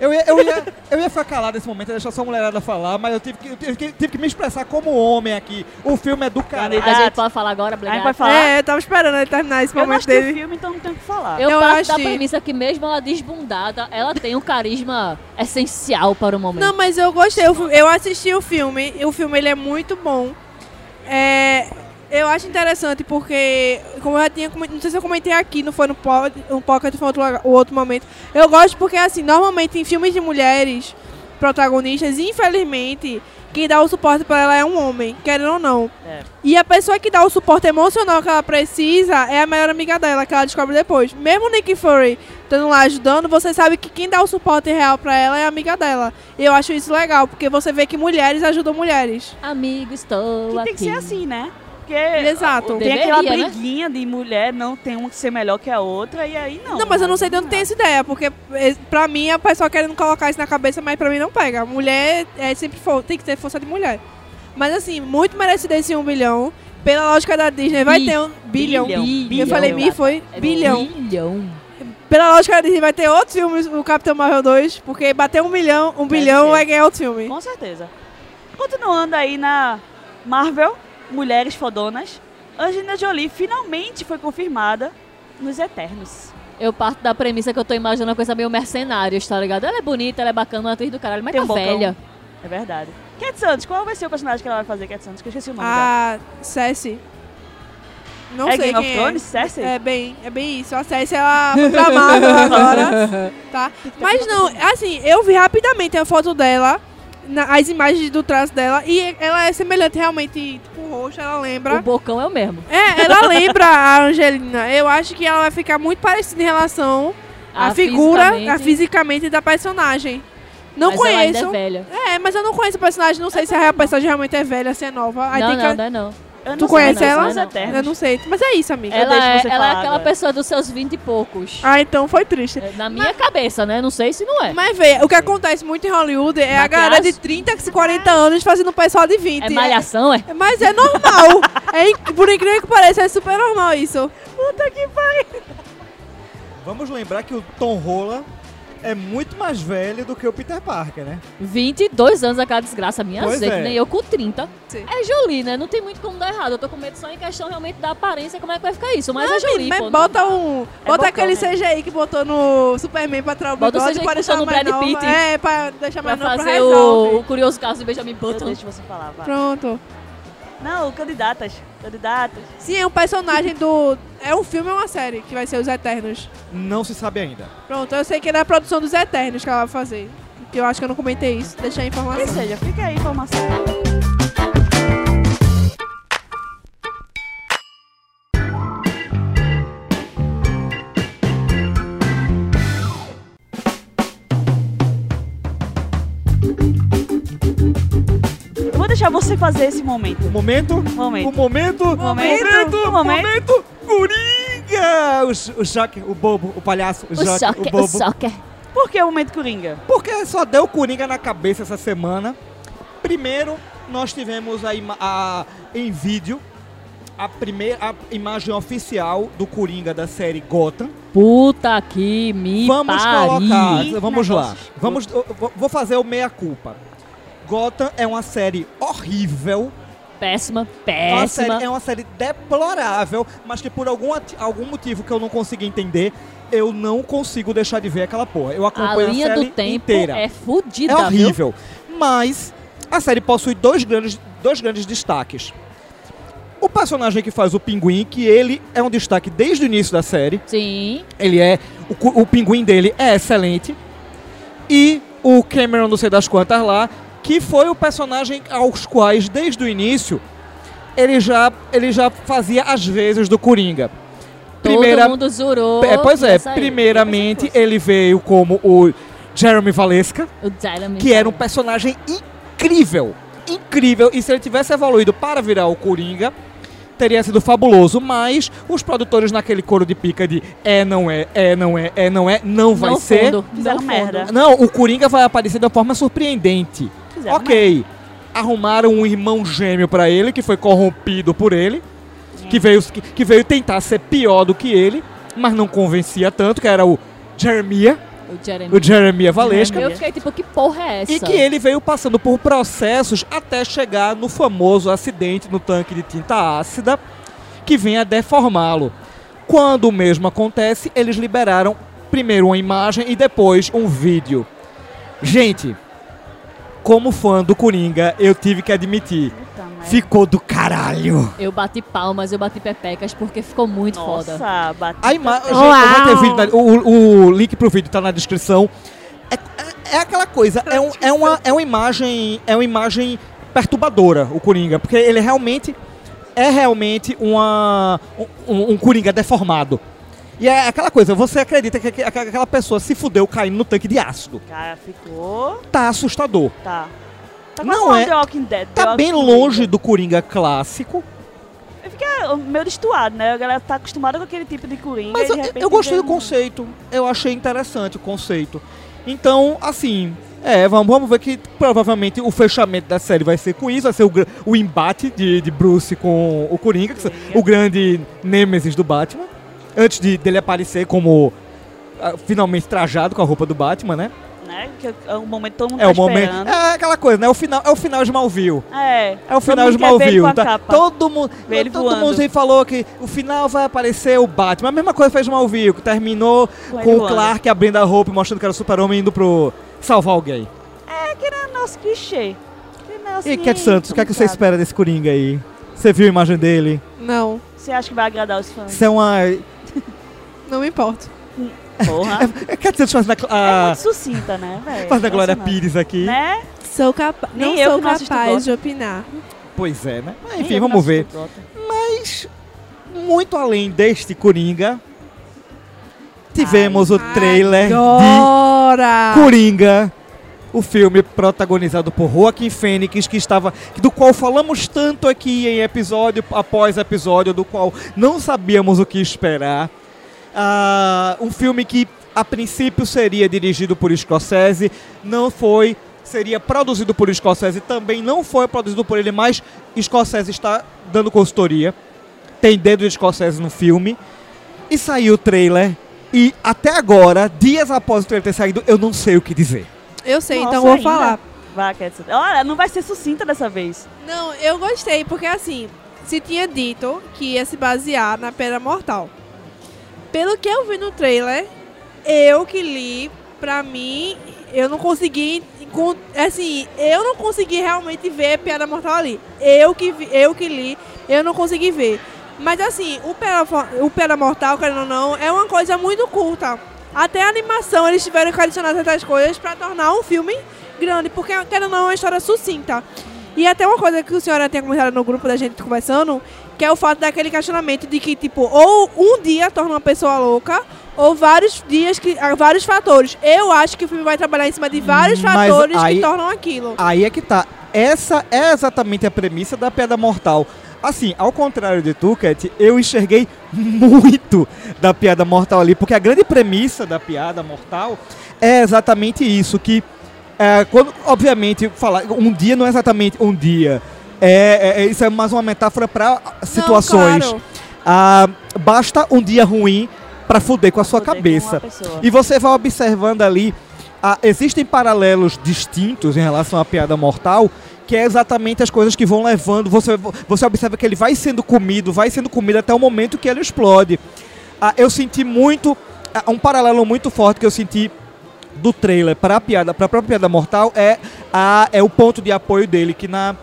Speaker 3: Eu ia, eu ia, eu ia ficar calado nesse momento, ia deixar só a mulherada falar, mas eu tive que, eu tive que, tive que me expressar como homem aqui. O filme é do caralho.
Speaker 4: A gente pode falar agora,
Speaker 2: Aí
Speaker 4: obrigado.
Speaker 2: vai falar.
Speaker 5: É, eu tava esperando ele terminar esse
Speaker 2: Tá. eu não
Speaker 5: momento
Speaker 2: assisti o
Speaker 5: dele.
Speaker 2: filme, então não tenho o que falar.
Speaker 4: Eu,
Speaker 5: Eu
Speaker 4: parto da
Speaker 5: achei.
Speaker 4: premissa que mesmo ela desbundada, ela tem um carisma essencial para o momento.
Speaker 5: Não, mas eu gostei. Eu, fu- eu assisti o filme. e O filme ele é muito bom. É, Eu acho interessante porque, como eu já tinha comentado, não sei se eu comentei aqui, não foi no, pod, no Pocket, foi outro, lugar- outro momento. Eu gosto porque, assim, normalmente em filmes de mulheres protagonistas, infelizmente, quem dá o suporte pra ela é um homem, querendo ou não.
Speaker 2: É.
Speaker 5: E a pessoa que dá o suporte emocional que ela precisa é a melhor amiga dela, que ela descobre depois. Mesmo Nick Fury estando lá ajudando, você sabe que quem dá o suporte real pra ela é a amiga dela. E eu acho isso legal, porque você vê que mulheres ajudam mulheres.
Speaker 4: Amigo, estou
Speaker 2: Que
Speaker 4: aqui.
Speaker 2: tem que ser assim, né? Porque
Speaker 5: Exato.
Speaker 2: tem
Speaker 4: Deveria,
Speaker 2: aquela
Speaker 4: né?
Speaker 2: briguinha de mulher, não tem uma que ser melhor que a outra, e aí não.
Speaker 5: Não, mas eu não sei de onde tem essa ideia, porque eh, pra mim a pessoa querendo colocar isso na cabeça, mas pra mim não pega. Mulher é sempre for, tem que ter força de mulher. Mas assim, muito merecido esse um bilhão. Pela lógica da Disney, vai
Speaker 4: Bi-
Speaker 5: ter um bilhão.
Speaker 2: bilhão.
Speaker 5: Eu
Speaker 2: Bilhão.
Speaker 5: falei mi, foi
Speaker 4: É
Speaker 5: bilhão.
Speaker 4: Bilhão.
Speaker 5: Pela lógica da Disney, vai ter outros filmes, o Capitão Marvel 2, porque bater um milhão, um bilhão
Speaker 2: ser.
Speaker 5: é ganhar outro filme.
Speaker 2: Com certeza. Continuando aí na Marvel, Mulheres Fodonas, Angelina Jolie finalmente foi confirmada nos Eternos.
Speaker 4: Eu parto da premissa que eu tô imaginando uma coisa meio mercenários, tá ligado? Ela é bonita, ela é bacana, uma atriz do caralho, mas
Speaker 2: Tem
Speaker 4: tá
Speaker 2: um bocão.
Speaker 4: velha.
Speaker 2: É verdade. Cat Santos, qual vai ser o personagem que ela vai fazer, Cat Santos? Que eu esqueci o nome
Speaker 5: A Cersei. Ah, Não
Speaker 2: dela. é
Speaker 5: sei
Speaker 2: Game of
Speaker 5: quem
Speaker 2: Thrones?
Speaker 5: é.
Speaker 2: Cersei?
Speaker 5: É bem, é bem isso. A Cersei, ela foi pra Marvel agora, tá? Mas não, assim, eu vi rapidamente a foto dela, na- as imagens do traço dela, e ela é semelhante realmente, tipo, o rosto, ela
Speaker 4: O
Speaker 5: lembra.
Speaker 4: bocão é o mesmo.
Speaker 5: É, ela lembra a Angelina. Eu acho que ela vai ficar muito parecida em relação à
Speaker 4: Ah,
Speaker 5: figura, a
Speaker 4: fisicamente,
Speaker 5: fisicamente da personagem. Não
Speaker 4: mas Ela ainda
Speaker 5: conheço.
Speaker 4: é velha.
Speaker 5: É, mas eu não conheço a personagem, não sei se a personagem realmente é velha, se é nova. Aí
Speaker 4: não,
Speaker 5: tem
Speaker 4: não,
Speaker 5: que...
Speaker 4: não é não.
Speaker 2: Eu não
Speaker 5: Tu
Speaker 2: sei é não,
Speaker 5: conhece
Speaker 2: são
Speaker 5: ela?
Speaker 2: os Eternos.
Speaker 5: Eu não sei. Mas é isso, amiga.
Speaker 4: Ela,
Speaker 2: deixo
Speaker 4: é,
Speaker 2: você
Speaker 4: ela
Speaker 2: falar
Speaker 4: é aquela
Speaker 2: agora.
Speaker 4: pessoa dos seus vinte e poucos.
Speaker 5: Ah, então foi triste.
Speaker 4: É, Na minha cabeça, né? Não sei se não é.
Speaker 5: Mas vê, o que acontece muito em Hollywood é a
Speaker 4: Maquiagem?
Speaker 5: galera de 30, 40 anos fazendo o pessoal de 20.
Speaker 4: É malhação, é?
Speaker 5: É- Mas é normal. é, inc- por incrível que pareça, é super normal isso.
Speaker 2: Puta que pariu.
Speaker 3: Vamos lembrar que o Tom Rola é muito mais velho do que o Peter Parker, né?
Speaker 4: 22 anos aquela desgraça, minha
Speaker 3: Pois
Speaker 4: zé,
Speaker 3: é.
Speaker 4: que nem eu com 30.
Speaker 5: Sim.
Speaker 4: É Jolie, né? Não tem muito como dar errado. Eu tô com medo só em questão realmente da aparência, como é que vai ficar isso. Mas é Jolie,
Speaker 5: Mas
Speaker 4: pô.
Speaker 5: bota um. bota
Speaker 4: bocão,
Speaker 5: aquele
Speaker 4: né?
Speaker 5: CGI que botou no Superman pra tirar o
Speaker 4: Bota o
Speaker 5: bigode
Speaker 4: CGI
Speaker 5: pra
Speaker 4: que
Speaker 5: deixar
Speaker 4: botou no
Speaker 5: mais
Speaker 4: Brad
Speaker 5: nova.
Speaker 4: Pitt.
Speaker 5: É, pra deixar
Speaker 4: Pra
Speaker 5: mais nova pra
Speaker 4: fazer
Speaker 5: resolve.
Speaker 4: o curioso caso do Benjamin
Speaker 2: Eu
Speaker 4: Button.
Speaker 2: deixo você falar, vai.
Speaker 5: Pronto.
Speaker 2: Não, candidatas. Candidatas.
Speaker 5: Sim, é um personagem do. É um filme ou uma série que vai ser Os Eternos?
Speaker 3: Não se sabe ainda.
Speaker 5: Pronto, eu sei que é da produção dos Eternos que ela vai fazer. Que eu acho que eu não comentei isso. Deixa a
Speaker 2: Ou
Speaker 5: informação.
Speaker 2: seja, fica aí a informação. Eu vou deixar você fazer esse momento.
Speaker 3: O momento?
Speaker 2: Momento.
Speaker 3: O momento? O
Speaker 2: Momento.
Speaker 3: Momento!
Speaker 2: O momento.
Speaker 3: momento Coringa! O, ch- o Joker, o bobo, o palhaço, o,
Speaker 4: O
Speaker 3: Joker,
Speaker 4: soccer,
Speaker 3: o
Speaker 4: o,
Speaker 3: bobo.
Speaker 4: soccer.
Speaker 2: Por que o momento Coringa?
Speaker 3: Porque só deu Coringa na cabeça essa semana. Primeiro, nós tivemos a, ima- a- em vídeo a primeira a imagem oficial do Coringa da série Gotham.
Speaker 4: Puta que me
Speaker 3: Vamos
Speaker 4: pari.
Speaker 3: colocar,
Speaker 2: Ih,
Speaker 3: vamos lá.
Speaker 2: negócios.
Speaker 3: Vamos, eu vou- vou fazer o meia culpa. Gotham é uma série horrível,
Speaker 4: Péssima,
Speaker 3: é uma série,
Speaker 4: péssima.
Speaker 3: é uma série deplorável, mas que por algum, ati- algum motivo que eu não consigo entender, eu não consigo deixar de ver aquela porra. Eu
Speaker 4: A
Speaker 3: acompanho a,
Speaker 4: linha
Speaker 3: série
Speaker 4: do tempo
Speaker 3: inteira.
Speaker 4: é fudida,
Speaker 3: É
Speaker 4: viu?
Speaker 3: horrível. Mas a série possui dois grandes, dois grandes destaques. O personagem que faz o pinguim, que ele é um destaque desde o início da série.
Speaker 4: Sim.
Speaker 3: Ele é. O, cu- o pinguim dele é excelente. E o Cameron, não sei das quantas lá, que foi o personagem aos quais, desde o início, ele já, ele já fazia às vezes do Coringa.
Speaker 4: Todo mundo zurou.
Speaker 3: É, pois é,
Speaker 4: nessa aí.
Speaker 3: primeiramente ele veio como o Jeremy Valesca
Speaker 4: O Jeremy
Speaker 3: que era um personagem incrível. Incrível. E se ele tivesse evoluído para virar o Coringa, teria sido fabuloso. Mas os produtores naquele coro de pica de é, não é, é, não é, é, não é, não vai
Speaker 4: não
Speaker 3: ser.
Speaker 4: Fundo,
Speaker 2: Fizeram
Speaker 4: não fundo.
Speaker 2: merda.
Speaker 3: Não, o Coringa vai aparecer de uma forma surpreendente.
Speaker 2: Fizeram
Speaker 3: ok. Arrumaram um irmão gêmeo pra ele, que foi corrompido por ele, que, veio, que, que veio tentar ser pior do que ele, mas não convencia tanto, que era o Jeremia,
Speaker 4: O Jeremy.
Speaker 3: o Jeremia Valesca.
Speaker 4: Eu fiquei tipo, que porra é essa?
Speaker 3: E que ele veio passando por processos até chegar no famoso acidente no tanque de tinta ácida que vem a deformá-lo. Quando o mesmo acontece, eles liberaram primeiro uma imagem e depois um vídeo. Gente, como fã do Coringa, eu tive que admitir.
Speaker 2: Puta merda.
Speaker 3: Ficou do caralho.
Speaker 4: Eu bati palmas, eu bati pepecas, porque ficou muito foda.
Speaker 2: Nossa, bateu.
Speaker 3: A ima... Gente,
Speaker 5: Uau.
Speaker 3: eu vou ter vídeo na- o, o link pro vídeo tá na descrição. É, é- é aquela coisa, é, um- é uma, é uma imagem. É uma imagem perturbadora, o Coringa, porque ele realmente é realmente uma, um, um Coringa deformado. E é aquela coisa, você acredita que aque- aque- aquela pessoa se fudeu caindo no tanque de ácido.
Speaker 2: Cara, ficou.
Speaker 3: Tá assustador.
Speaker 2: Tá. Tá quase
Speaker 3: Não
Speaker 2: um
Speaker 3: é-
Speaker 2: The Walking Dead. The
Speaker 3: Tá
Speaker 2: Walking
Speaker 3: bem
Speaker 2: Dead.
Speaker 3: longe do Coringa clássico,
Speaker 2: Eu fiquei ah, meio destoado, né? A galera tá acostumada com aquele tipo de coringa.
Speaker 3: Mas
Speaker 2: e
Speaker 3: eu,
Speaker 2: de repente
Speaker 3: eu gostei do
Speaker 2: vem um-
Speaker 3: conceito. Eu achei interessante o conceito. Então, assim, é, vamos, vamos ver que provavelmente o fechamento da série vai ser com isso, vai ser o, gr- o embate de, de Bruce com o Coringa, que é
Speaker 2: Coringa.
Speaker 3: o grande nêmesis do Batman. Antes de, dele aparecer como ah, finalmente trajado com a roupa do Batman, né?
Speaker 2: Né? Que é o momento que todo mundo
Speaker 3: é
Speaker 2: tá
Speaker 3: o momento.
Speaker 2: esperando.
Speaker 3: É aquela coisa, né? É o final, é o final de Malville.
Speaker 2: É.
Speaker 3: É o final
Speaker 2: mundo
Speaker 3: de
Speaker 2: quer ver ele com
Speaker 3: Malville,
Speaker 2: a
Speaker 3: tá?
Speaker 2: capa.
Speaker 3: Todo mundo,
Speaker 2: Vê ele
Speaker 3: todo
Speaker 2: voando.
Speaker 3: mundo sempre falou que o final vai aparecer o Batman. A mesma coisa fez Malville, que terminou
Speaker 2: Com
Speaker 3: com,
Speaker 2: ele
Speaker 3: o
Speaker 2: voando.
Speaker 3: Clark abrindo a roupa e mostrando que era o super-homem indo pro salvar alguém.
Speaker 2: É que era nosso clichê. Que nosso
Speaker 3: E aí, Cat Santos, o que é que você espera desse Coringa aí? Você viu a imagem dele?
Speaker 5: Não,
Speaker 2: Você acha que vai agradar os fãs?
Speaker 3: Isso é uma...
Speaker 5: não me importo.
Speaker 2: Porra.
Speaker 3: É Cat Santos fazendo a,
Speaker 2: é
Speaker 3: a,
Speaker 2: muito sucinta, né, velho?
Speaker 3: Ah. faz da Glória
Speaker 2: Impressionante.
Speaker 3: Pires aqui.
Speaker 2: Né?
Speaker 5: Sou capa
Speaker 2: Nem
Speaker 5: não
Speaker 2: eu
Speaker 5: sou
Speaker 2: que não assisto
Speaker 5: capaz
Speaker 2: gosto.
Speaker 5: de opinar.
Speaker 3: Pois é, né? Mas,
Speaker 2: Nem
Speaker 3: enfim,
Speaker 2: eu
Speaker 3: vamos
Speaker 2: não
Speaker 3: ver.
Speaker 2: assisto Gotham.
Speaker 3: Mas, muito além deste Coringa, tivemos o trailer de
Speaker 5: Agora!
Speaker 3: Coringa, o filme protagonizado por Joaquim Fênix, que estava, do qual falamos tanto aqui em episódio após episódio, do qual não sabíamos o que esperar. Ah, um filme que a princípio seria dirigido por Scorsese, não foi, seria produzido por Scorsese, também não foi produzido por ele, mas Scorsese está dando consultoria. Tem dedo de Scorsese no filme. E saiu o trailer. E até agora, dias após o trailer ter saído, eu não sei o que dizer.
Speaker 5: Eu sei,
Speaker 2: Nossa,
Speaker 5: então vou
Speaker 2: ainda.
Speaker 5: falar.
Speaker 2: Vai, Cat Santos. Olha, não vai ser sucinta dessa vez.
Speaker 5: Não, eu gostei, porque assim, se tinha dito que ia se basear na Pedra Mortal. Pelo que eu vi no trailer, eu que li, pra mim, eu não consegui. encon- Assim, eu não consegui realmente ver a Pedra Mortal ali. Eu que, vi- eu que li, eu não consegui ver. Mas assim, o Pedra, Fo- o Pedra Mortal, querendo ou não, é uma coisa muito curta. Até a animação eles tiveram que adicionar certas coisas pra tornar um filme grande, porque querendo ou não, é uma história sucinta. E até uma coisa que o senhora tinha comentado no grupo da gente conversando, que é o fato daquele questionamento de que, tipo, ou um dia torna uma pessoa louca, ou vários dias que. há vários fatores. Eu acho que o filme vai trabalhar em cima de vários
Speaker 3: Mas
Speaker 5: fatores
Speaker 3: aí-
Speaker 5: que tornam aquilo.
Speaker 3: Aí é que tá. Essa é exatamente a premissa da Pedra Mortal. Assim, ao contrário de tu, Cat, eu enxerguei muito da Piada Mortal ali, porque a grande premissa da Piada Mortal é exatamente isso, que é, quando, obviamente, falar um dia não é exatamente um dia. É, é- é- isso é mais uma metáfora para situações.
Speaker 5: Não, claro.
Speaker 3: Ah, basta um dia ruim pra fuder com a sua
Speaker 2: Poder com
Speaker 3: cabeça.
Speaker 2: uma pessoa.
Speaker 3: E você vai observando ali, ah, existem paralelos distintos em relação à piada mortal, que é exatamente as coisas que vão levando. Você, você observa que ele vai sendo comido, vai sendo comido até o momento que ele explode. Ah, eu senti muito. ah, um paralelo muito forte que eu senti do trailer para a piada, para a própria piada mortal é a é o ponto de apoio dele que na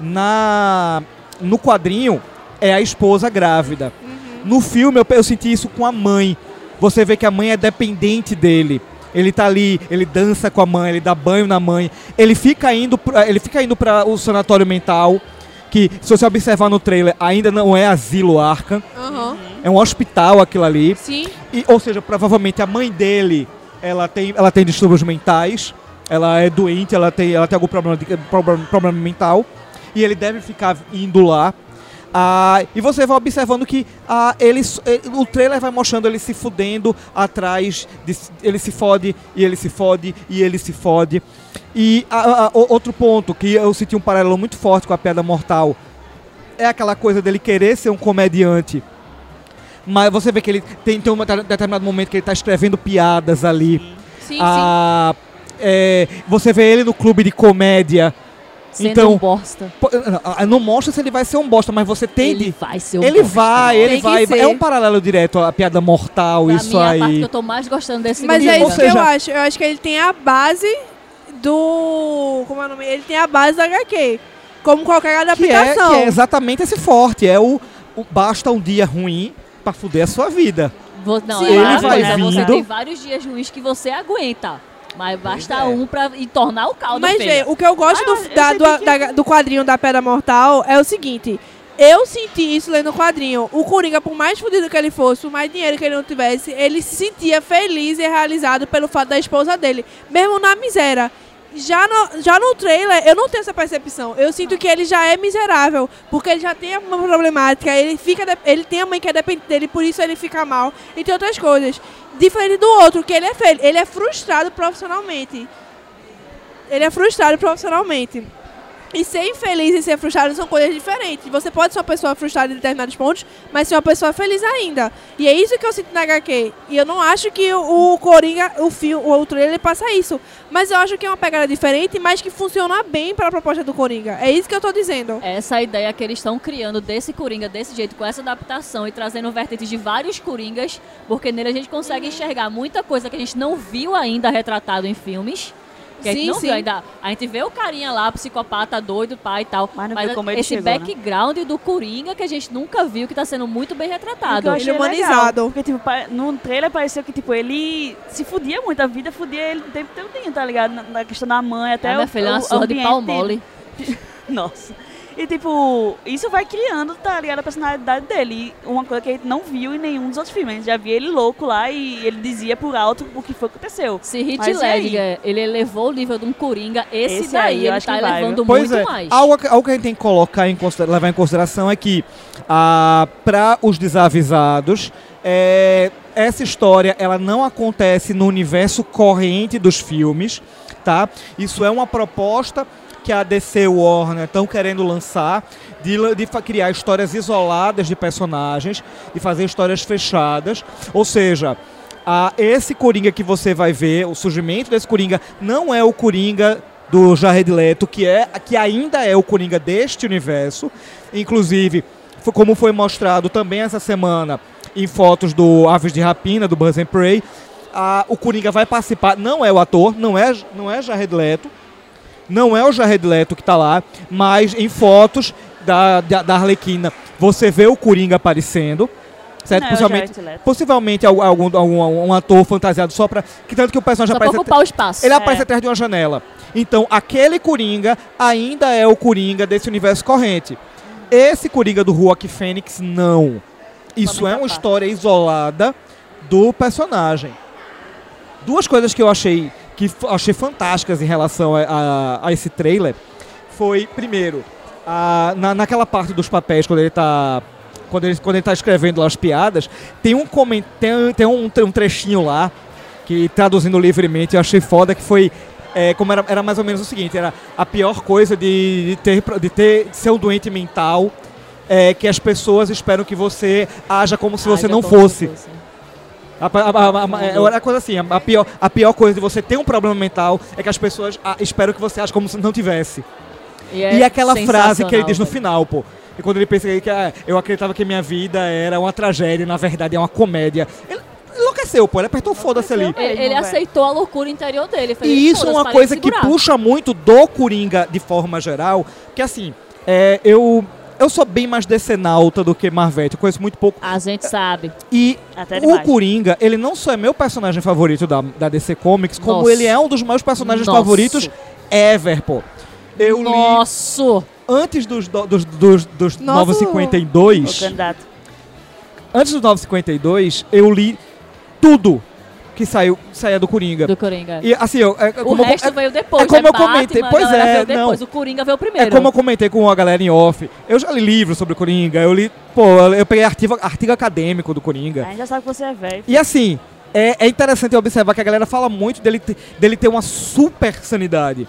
Speaker 3: na no quadrinho é a esposa grávida. No filme eu, pe- eu senti isso com a mãe. Você vê que a mãe é dependente dele. Ele tá ali, ele dança com a mãe, ele dá banho na mãe. Ele fica indo pra, ele fica indo para o sanatório mental que se você observar no trailer ainda não é asilo Arkham,
Speaker 5: Aham.
Speaker 3: é um hospital aquilo ali.
Speaker 5: Sim.
Speaker 3: E, ou seja, provavelmente a mãe dele, ela tem, ela tem distúrbios mentais, ela é doente, ela tem, ela tem algum problema, de- problema, problema mental, e ele deve ficar indo lá. Ah, e você vai observando que ah, ele, s- eh, o trailer vai mostrando ele se fudendo atrás, de s- ele se fode, e ele se fode, e ele se fode. E ah, ah, o- outro ponto que eu senti um paralelo muito forte com a Pedra Mortal é aquela coisa dele querer ser um comediante mas você vê que ele tem, tem um deta- determinado momento que ele tá escrevendo piadas ali.
Speaker 5: Sim,
Speaker 3: Ah, é, você vê ele no clube de comédia.
Speaker 4: Sendo
Speaker 3: Então-
Speaker 4: um bosta.
Speaker 3: Pô, ah, Não mostra se ele vai ser um bosta, mas você tem
Speaker 4: Ele
Speaker 3: de.
Speaker 4: vai ser um
Speaker 3: Ele
Speaker 4: bosta.
Speaker 3: vai, ele
Speaker 5: Tem que
Speaker 3: vai.
Speaker 5: ser.
Speaker 3: É um paralelo direto à piada mortal,
Speaker 4: Pra
Speaker 3: isso
Speaker 4: mim, é a parte
Speaker 3: aí.
Speaker 4: que eu tô mais gostando desse
Speaker 5: Mas
Speaker 4: Coringa.
Speaker 5: é
Speaker 3: Ou
Speaker 5: isso que
Speaker 3: seja-
Speaker 5: eu acho. Eu acho que ele tem a base do. Como é o nome? Ele tem a base da HQ. como qualquer outra
Speaker 3: Que é, que
Speaker 5: aplicação.
Speaker 3: é exatamente esse forte. É o, o basta um dia ruim pra fuder a sua vida.
Speaker 4: Vo- Não,
Speaker 5: Sim,
Speaker 4: é
Speaker 5: ele
Speaker 4: uma
Speaker 5: vai
Speaker 4: coisa, Você
Speaker 3: vindo.
Speaker 4: tem vários dias ruins que você aguenta. Mas basta um pra e tornar o caldo
Speaker 5: Mas,
Speaker 4: feio.
Speaker 5: Gê, o que eu gosto
Speaker 2: Ah,
Speaker 5: do,
Speaker 2: eu
Speaker 5: da-
Speaker 2: sei
Speaker 5: do,
Speaker 2: que-
Speaker 5: da- do quadrinho da Pedra Mortal é o seguinte. Eu senti isso lendo o quadrinho. O Coringa, por mais fudido que ele fosse, por mais dinheiro que ele não tivesse, ele se sentia feliz e realizado pelo fato da esposa dele, mesmo na miséria. Já no, já no trailer, eu não tenho essa percepção. Eu sinto que ele já é miserável, porque ele já tem uma problemática, ele, fica de- ele tem a mãe que é dependente dele, por isso ele fica mal, e tem outras coisas. Diferente do outro, que ele é feliz, ele é frustrado profissionalmente ele é frustrado profissionalmente. E ser infeliz e ser frustrado são coisas diferentes. Você pode ser uma pessoa frustrada em determinados pontos, mas ser uma pessoa feliz ainda. E é isso que eu sinto na HQ. E eu não acho que o o Coringa, o filme, o outro ele passa isso. Mas eu acho que é uma pegada diferente, mas que funciona bem para a proposta do Coringa. É isso que eu tô dizendo.
Speaker 4: Essa é ideia que eles estão criando desse Coringa, desse jeito, com essa adaptação e trazendo vertentes de vários Coringas, porque nele a gente
Speaker 2: Uhum.
Speaker 4: consegue enxergar muita coisa que a gente não viu ainda retratado em filmes. Que a gente
Speaker 5: Sim,
Speaker 4: não
Speaker 5: sim.
Speaker 4: viu ainda. A gente vê o carinha lá, psicopata, doido, pai e tal.
Speaker 2: Mas não viu
Speaker 4: a-
Speaker 2: como ele
Speaker 4: esse
Speaker 2: chegou, né?
Speaker 4: background do Coringa que a gente nunca viu, que tá sendo muito bem
Speaker 2: O que
Speaker 4: retratado.
Speaker 2: eu achei
Speaker 5: Ele humanizado.
Speaker 2: legal, porque, tipo, pa- no trailer pareceu que, tipo, ele se fudia muito, a vida fudia ele o tempo todo, tá ligado? Na, na questão da mãe, até
Speaker 4: Ah,
Speaker 2: o
Speaker 4: minha filha, é uma
Speaker 2: o
Speaker 4: surra de
Speaker 2: ambiente
Speaker 4: pau mole.
Speaker 2: Nossa. E, tipo, isso vai criando, tá ligado, a personalidade dele. E Uma coisa que a gente não viu em nenhum dos outros filmes. A gente já via ele louco lá e ele dizia por alto o que foi que aconteceu.
Speaker 4: Se Hit
Speaker 2: Mas e aí?
Speaker 4: Ledger, ele elevou o nível de um Coringa, esse,
Speaker 2: Esse aí
Speaker 4: daí
Speaker 2: eu
Speaker 4: ele
Speaker 2: acho
Speaker 4: tá
Speaker 2: que vai, viu?
Speaker 4: elevando muito
Speaker 3: pois é,
Speaker 4: mais.
Speaker 3: Algo, que- algo que a gente tem que colocar em considera- levar em consideração é que para os desavisados, é, essa história ela não acontece no universo corrente dos filmes, tá? Isso é uma proposta que a DC e Warner estão querendo lançar de, la- de fa- criar histórias isoladas de personagens, de fazer histórias fechadas, ou seja, a- esse Coringa que você vai ver, o surgimento desse Coringa, não é o Coringa do Jared Leto, que, é, que ainda é o Coringa deste universo. Inclusive, fo- como foi mostrado também essa semana em fotos do Aves de Rapina, do Buzz and Prey, a- o Coringa vai participar, não é o ator, não é, não é Jared Leto, não é o Jared Leto que tá lá, mas em fotos da, da, da Arlequina, você vê o Coringa aparecendo, certo?
Speaker 2: Não, é o
Speaker 3: Possivelmente-
Speaker 2: Jared Leto.
Speaker 3: Possivelmente al- algum, algum, um ator fantasiado só pra. Que tanto que o personagem
Speaker 4: Só pra
Speaker 3: aparece.
Speaker 4: ocupar o espaço.
Speaker 3: Ele é aparece atrás de uma janela. Então, aquele Coringa ainda é o Coringa desse universo corrente. Esse Coringa do Joaquim Fênix, não. Isso
Speaker 2: Também
Speaker 3: é
Speaker 2: tá
Speaker 3: uma
Speaker 2: fácil.
Speaker 3: história isolada do personagem. Duas coisas que eu achei que f- achei fantásticas em relação a, a- a esse trailer foi, primeiro, a- na, naquela parte dos papéis, quando ele tá. Quando ele, quando ele tá escrevendo lá as piadas, tem um, comen- tem, tem um, tre- um trechinho lá que traduzindo livremente eu achei foda que foi é, como era, era mais ou menos o seguinte era a pior coisa de, de ter pro- de ter de ser um doente mental é que as pessoas esperam que você haja como se você não fosse
Speaker 4: assim.
Speaker 3: a, pa- a- a- a- é, era coisa assim a, a pior a pior coisa de você ter um problema mental é que as pessoas ah, esperam que você haja como se não tivesse
Speaker 4: E, é
Speaker 3: e aquela frase que ele diz no
Speaker 4: final.
Speaker 3: final, pô. E quando ele pensa que ah, eu acreditava que minha vida era uma tragédia, na verdade é uma comédia. Ele enlouqueceu, pô. Ele apertou o foda-se ali.
Speaker 2: mesmo,
Speaker 4: Ele, é. ele
Speaker 2: velho.
Speaker 4: aceitou a loucura interior dele. Fez,
Speaker 3: E isso é
Speaker 4: "Foda-se,
Speaker 3: uma
Speaker 4: parei de
Speaker 3: coisa que
Speaker 4: segurar."
Speaker 3: puxa muito do Coringa de forma geral, que assim, é, eu eu sou bem mais decenalta do que Marvete, eu conheço muito pouco.
Speaker 4: A gente sabe.
Speaker 3: E
Speaker 2: Até
Speaker 3: o
Speaker 2: demais.
Speaker 3: Coringa, ele não só é meu personagem favorito da, da DC Comics, como
Speaker 4: Nossa.
Speaker 3: ele é um dos meus personagens
Speaker 4: Nossa.
Speaker 3: favoritos ever, pô. Eu li
Speaker 4: Nossa!
Speaker 3: antes dos, do- dos, dos, dos
Speaker 5: Nossa,
Speaker 3: Novos
Speaker 2: O
Speaker 3: 52,
Speaker 2: candidato.
Speaker 3: antes dos 952, eu li tudo que saiu, saía do Coringa.
Speaker 4: Do Coringa.
Speaker 3: E assim, eu, é, é
Speaker 4: o
Speaker 3: como, eu-
Speaker 4: resto
Speaker 3: é-
Speaker 4: veio depois.
Speaker 3: é como
Speaker 4: é
Speaker 3: eu comentei,
Speaker 4: Batman, a
Speaker 3: pois
Speaker 4: galera
Speaker 3: é,
Speaker 4: veio depois.
Speaker 3: não.
Speaker 4: O Coringa veio primeiro.
Speaker 3: é como eu comentei com a galera em off. Eu já li livro sobre o Coringa, eu li, pô, eu peguei artigo, artigo acadêmico do Coringa.
Speaker 2: A gente já sabe que você é velho.
Speaker 3: E assim, é, é interessante observar que a galera fala muito dele, te- dele ter uma super sanidade.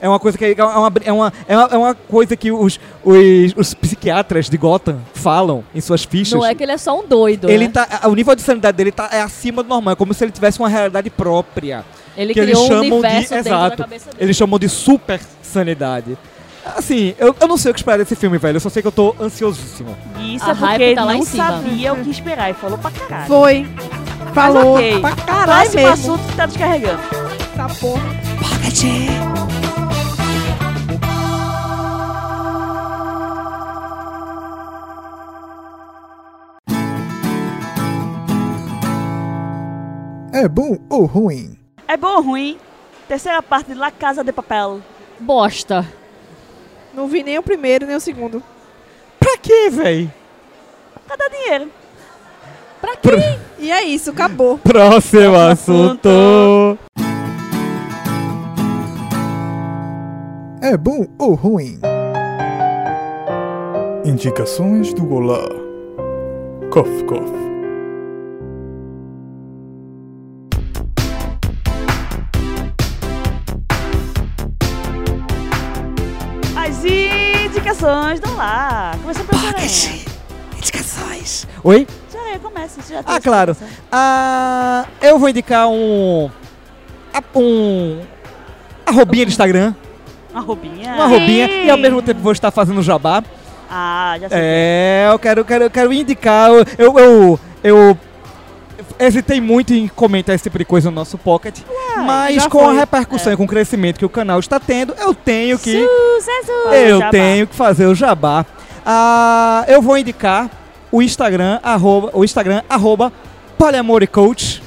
Speaker 3: É uma coisa que é uma, é uma, é uma, é uma coisa que os, os, os psiquiatras de Gotham falam em suas fichas.
Speaker 4: Não é que ele é só um doido.
Speaker 3: ele
Speaker 4: né?
Speaker 3: tá, a- o nível de sanidade dele tá, é acima do normal, é como se ele tivesse uma realidade própria. tá-
Speaker 4: ele
Speaker 3: que eles
Speaker 4: criou um
Speaker 3: chamam de-
Speaker 4: universo dentro
Speaker 3: exato.
Speaker 4: da cabeça dele.
Speaker 3: Eles chamam de super sanidade. Assim, eu, eu não sei o que esperar desse filme, velho. Eu só sei que eu tô ansiosíssimo.
Speaker 2: E isso
Speaker 4: A
Speaker 2: é porque
Speaker 4: hype
Speaker 2: ele
Speaker 4: tá lá em
Speaker 2: não
Speaker 4: cima.
Speaker 2: sabia o que esperar e falou pra caralho.
Speaker 5: Foi.
Speaker 2: Mas
Speaker 5: Falou.
Speaker 2: ok.
Speaker 5: Pra caralho
Speaker 2: Próximo
Speaker 5: mesmo.
Speaker 2: assunto que tá descarregando.
Speaker 5: Essa porra.
Speaker 1: É bom ou ruim?
Speaker 2: É bom ou ruim? Terceira parte de La Casa de Papel.
Speaker 4: Bosta.
Speaker 5: Não vi nem o primeiro, nem o segundo.
Speaker 3: Pra quê, véi?
Speaker 2: Cadê Tá dinheiro?
Speaker 4: Pra quê?
Speaker 5: E é isso, acabou.
Speaker 3: Próximo
Speaker 2: assunto.
Speaker 1: É bom ou ruim? Indicações do Olá. Cof, cof.
Speaker 2: As indicações do lá. Começando pelo Jareia.
Speaker 3: Indicações. Oi?
Speaker 2: Jareia, começa. você Já
Speaker 3: Ah,
Speaker 2: tem
Speaker 3: claro.
Speaker 2: indicação.
Speaker 3: Ah, eu vou indicar um. a- Um. Arrobinha do Instagram.
Speaker 2: Uma roubinha.
Speaker 5: Ah.
Speaker 3: Uma arrobinha. E ao mesmo tempo vou estar fazendo jabá.
Speaker 2: Ah, já sei.
Speaker 3: É, eu quero, quero, quero indicar. Eu, eu, eu, eu hesitei muito em comentar esse tipo de coisa no nosso pocket. mas
Speaker 5: já
Speaker 3: com a
Speaker 5: foi. É.
Speaker 3: repercussão e com o crescimento que o canal está tendo, eu tenho que.
Speaker 4: Sucesso!
Speaker 3: Eu
Speaker 2: Jabá.
Speaker 3: tenho que fazer o jabá. Ah, eu vou indicar o Instagram, arroba, o Instagram, arroba Palhamoricoach.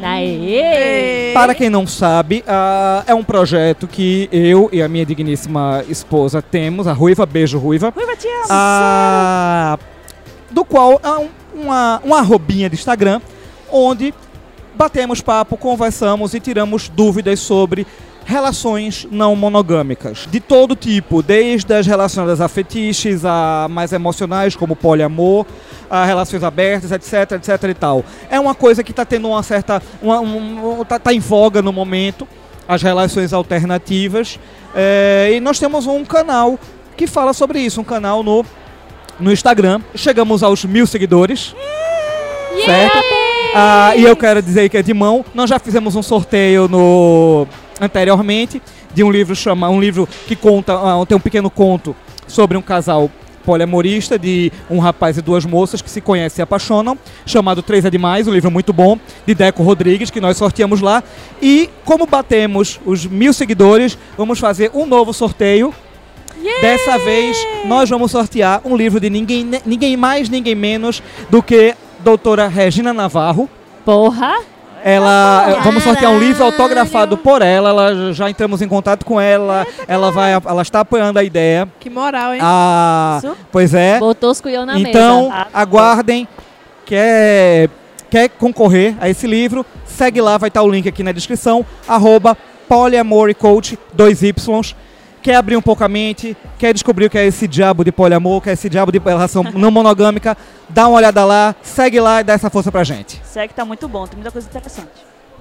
Speaker 4: Aê!
Speaker 3: Para quem não sabe, ah, é um projeto que eu e a minha digníssima esposa temos, a Ruiva, beijo Ruiva.
Speaker 2: Ruiva, te amo.
Speaker 3: Ah, do qual há um- uma, uma arrobinha de Instagram, onde batemos papo, conversamos e tiramos dúvidas sobre relações não monogâmicas. De todo tipo, desde as relacionadas a fetiches, a mais emocionais, como poliamor, a relações abertas, etc, etc e tal. É uma coisa que está tendo uma certa... Uma, um- um- tá- tá em voga no momento, as relações alternativas. É, e nós temos um canal que fala sobre isso, um canal no, no Instagram. Chegamos aos mil seguidores. Certo? Ah, e eu quero dizer que é de mão. Nós já fizemos um sorteio no anteriormente de um livro chama um livro que conta ah, tem um pequeno conto sobre um casal poliamorista de um rapaz e duas moças que se conhecem e se apaixonam, chamado Três é Demais, um livro muito bom, de Deco Rodrigues, que nós sorteamos lá. E como batemos os mil seguidores, vamos fazer um novo sorteio Dessa vez, nós vamos sortear um livro de ninguém, ninguém mais, ninguém menos do que doutora Regina Navarro.
Speaker 4: Porra!
Speaker 3: Ela, vamos sortear um livro autografado por ela, ela já entramos em contato com
Speaker 4: É,
Speaker 3: ela,
Speaker 4: tá
Speaker 3: ela vai, ela está apoiando a ideia.
Speaker 5: Que moral, hein?
Speaker 3: Ah,
Speaker 2: Isso.
Speaker 3: pois é.
Speaker 4: Botou os cuião É na
Speaker 3: Então,
Speaker 4: mesa. Ah, tá.
Speaker 2: mesa.
Speaker 3: aguardem. Quer, quer concorrer a esse livro? Segue lá, vai estar o link aqui na descrição. Arroba poliamoricoach, dois Ys. Quer abrir um pouco a mente? Quer descobrir o que é esse diabo de poliamor? que é esse diabo de relação não monogâmica? Dá uma olhada lá, segue lá e dá essa força pra gente.
Speaker 2: Segue, tá muito bom. Tem muita coisa interessante.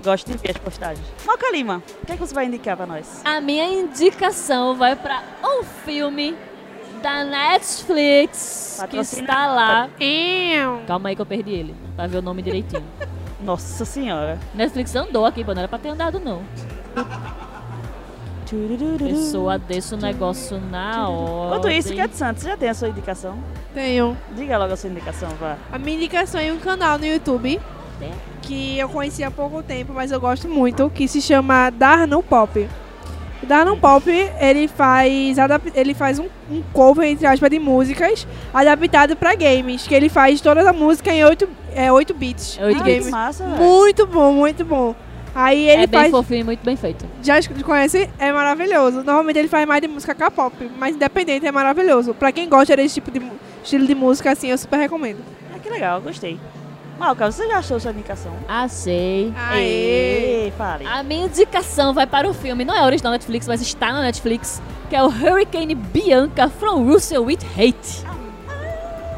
Speaker 2: Gosto de ver as postagens. Moca Lima, o que, é que você vai indicar pra nós?
Speaker 4: A minha indicação vai pra um filme da Netflix que
Speaker 2: Patrocinado.
Speaker 4: está lá.
Speaker 5: Eu.
Speaker 4: Calma aí que eu perdi ele, pra ver o nome direitinho.
Speaker 2: Nossa Senhora.
Speaker 4: Netflix andou aqui, pô, não era pra ter andado não. Pessoa deixa o negócio na hora.
Speaker 2: Enquanto isso, Cat Santos, você já tem a sua indicação?
Speaker 5: Tenho.
Speaker 2: Diga logo a sua indicação, vá.
Speaker 5: A minha indicação é um canal no YouTube que eu conheci há pouco tempo, mas eu gosto muito, que se chama Darnum Pop. O Darnum Pop, ele faz, adap- ele faz um, um cover, entre aspas, de músicas adaptado pra games, que ele faz toda a música em 8, é, 8 bits.
Speaker 4: Oito
Speaker 2: Ah, que
Speaker 4: bits.
Speaker 5: de games.
Speaker 2: massa, velho.
Speaker 5: Muito bom, muito bom. Aí ele
Speaker 4: é bem
Speaker 5: faz,
Speaker 4: fofinho e muito bem feito.
Speaker 5: já es- conhece, é maravilhoso. Normalmente ele faz mais de música K-pop, mas independente é maravilhoso. Pra quem gosta desse tipo de mu- estilo de música, assim, eu super recomendo.
Speaker 2: Ah, que legal, gostei. Malca, você já achou sua indicação?
Speaker 4: Achei.
Speaker 2: Ei, fale.
Speaker 4: A minha indicação vai para o filme, não é original Netflix, mas está na Netflix, que é o Hurricane Bianca from Russell with Hate.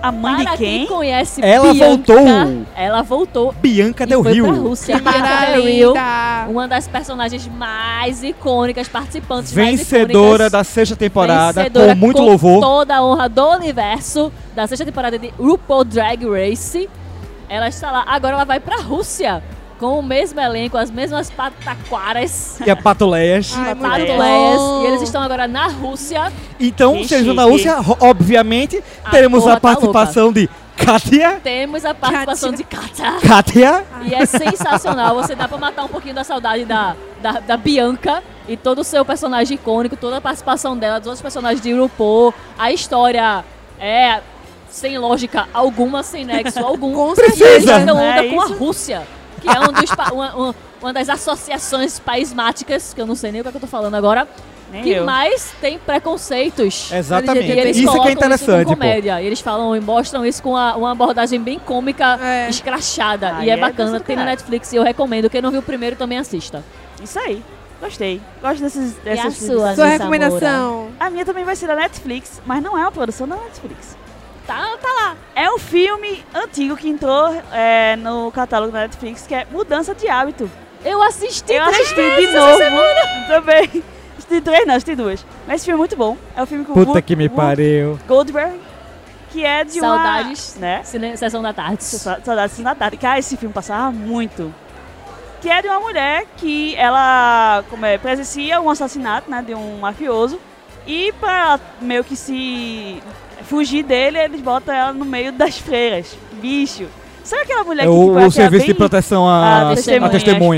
Speaker 2: A mãe
Speaker 4: para
Speaker 2: é de quem?
Speaker 4: conhece
Speaker 3: Ela
Speaker 4: Bianca,
Speaker 3: voltou.
Speaker 4: Ela voltou
Speaker 3: Bianca
Speaker 4: e
Speaker 3: Del
Speaker 4: foi pra
Speaker 3: Rio.
Speaker 4: Rússia. Bianca Del Rio,
Speaker 5: Maravilha.
Speaker 4: uma das personagens mais icônicas, participantes mais
Speaker 3: Vencedora
Speaker 4: icônicas.
Speaker 3: da sexta temporada,
Speaker 4: vencedora
Speaker 3: com muito louvor.
Speaker 4: toda a honra do universo da sexta temporada de RuPaul Drag Race. Ela está lá. Agora ela vai pra Rússia com o mesmo elenco, as mesmas pataquaras.
Speaker 3: E a Patuleias.
Speaker 5: Ai, muito
Speaker 2: Patuleias.
Speaker 4: patuleias,
Speaker 5: bom.
Speaker 4: E eles estão agora na Rússia.
Speaker 3: Então,
Speaker 2: Que
Speaker 3: seja na
Speaker 2: chique.
Speaker 3: Rússia, ro- obviamente,
Speaker 4: A
Speaker 3: teremos
Speaker 4: porra
Speaker 3: a
Speaker 4: tá
Speaker 3: participação de Katia.
Speaker 4: Temos a participação
Speaker 5: Kátia.
Speaker 4: de Katia.
Speaker 3: Katia.
Speaker 4: E é sensacional. Você dá pra matar um pouquinho da saudade da, da, da Bianca e todo o seu personagem icônico, toda a participação dela, dos outros personagens de RuPaul. A história é sem lógica alguma, sem nexo algum.
Speaker 5: Com
Speaker 4: E eles
Speaker 5: certeza.
Speaker 4: estão
Speaker 2: É
Speaker 4: onda com a
Speaker 2: isso.
Speaker 4: Rússia. que é um dos pa- uma, uma- uma das associações paismáticas, que eu não sei nem o que, é que eu tô falando agora,
Speaker 2: Nem
Speaker 4: que
Speaker 2: eu.
Speaker 4: mais tem preconceitos.
Speaker 3: Exatamente.
Speaker 4: E eles
Speaker 3: Isso que é
Speaker 4: colocam
Speaker 3: interessante, pô.
Speaker 4: com comédia. E eles falam e mostram isso com uma, uma abordagem bem cômica,
Speaker 5: É.
Speaker 4: escrachada.
Speaker 2: Ah,
Speaker 4: e é,
Speaker 2: é
Speaker 4: bacana,
Speaker 2: desse do
Speaker 4: tem na
Speaker 2: caralho.
Speaker 4: Netflix e eu recomendo. Quem não viu o primeiro também assista.
Speaker 2: Isso aí. Gostei. Gosto desses, dessas
Speaker 4: a sua?
Speaker 5: Sua
Speaker 4: Vanessa
Speaker 5: recomendação.
Speaker 2: A minha também vai ser da Netflix, mas não é uma produção da Netflix.
Speaker 4: Tá, tá lá.
Speaker 2: É um filme antigo que entrou é, no catálogo da Netflix, que é Mudança de Hábito.
Speaker 4: Eu assisti
Speaker 2: Eu
Speaker 4: três
Speaker 2: assisti
Speaker 4: vezes
Speaker 2: de
Speaker 4: essa
Speaker 2: novo
Speaker 4: semana.
Speaker 2: também. Assisti três, não, assisti duas. Mas esse filme é muito bom. É o filme com o
Speaker 3: Puta
Speaker 2: Whoopi-
Speaker 3: que me
Speaker 2: Whoopi
Speaker 3: pariu.
Speaker 2: Goldberg, que é de uma...
Speaker 4: Saudades.
Speaker 2: Né?
Speaker 4: Cine- Sessão da tarde.
Speaker 2: Sa- Saudades de Natal. Cara, esse filme passava muito. Que é de uma mulher que ela como é, presencia um assassinato né, de um mafioso. E pra meio que se fugir dele, eles botam ela no meio das freiras. Bicho. Sabe aquela mulher
Speaker 3: É
Speaker 2: que tipo,
Speaker 3: o,
Speaker 2: ela
Speaker 3: o serviço de
Speaker 2: bem...
Speaker 3: proteção
Speaker 2: a
Speaker 3: a, a
Speaker 2: testemunhas.
Speaker 3: testemunhas.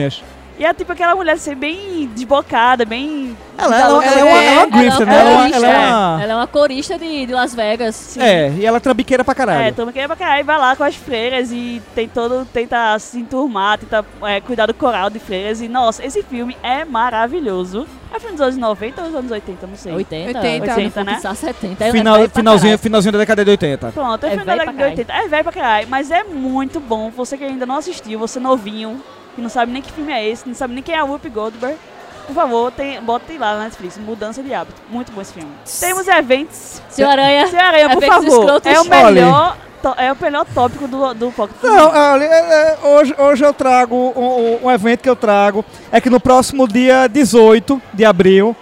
Speaker 2: E é tipo aquela mulher ser bem desbocada, bem.
Speaker 3: Ela,
Speaker 2: ela-
Speaker 3: é uma, ela é uma Griffin, né? Ela é uma-
Speaker 4: corista.
Speaker 3: ela é uma-
Speaker 4: Ela é uma corista de, de Las Vegas.
Speaker 3: É, e ela é trambiqueira pra
Speaker 2: É,
Speaker 3: caralho.
Speaker 2: toma querer pra caralho, vai lá com as freiras e tem todo, tenta se enturmar, tenta é, cuidar do coral de freiras. E nossa, esse filme é maravilhoso. É filme dos anos 90 ou dos anos 80, não sei.
Speaker 4: 80,
Speaker 5: 80,
Speaker 2: 80, né?
Speaker 4: 70. é
Speaker 3: Final,
Speaker 4: velho pra
Speaker 3: finalzinho, finalzinho da década de 80.
Speaker 2: Pronto,
Speaker 4: É
Speaker 2: é filme
Speaker 4: velho
Speaker 2: da
Speaker 4: pra
Speaker 2: década de 80. É velho pra caralho, mas é muito bom. Você que ainda não assistiu, você novinho, que não sabe nem que filme é esse, não sabe nem quem é a Whoopi Goldberg. Por favor, tem, botem lá na Netflix, Mudança de Hábito. Muito bom esse filme. Temos eventos.
Speaker 4: caralho. Senhor Aranha.
Speaker 2: Senhor Aranha, por
Speaker 4: Efeitos
Speaker 2: favor,
Speaker 4: escrotos.
Speaker 2: é o melhor, to- é o melhor tópico do, do Pocket.
Speaker 3: Não, olha, é, é, hoje, hoje eu trago um, um- um evento que eu trago. É que no próximo dia 18 de abril,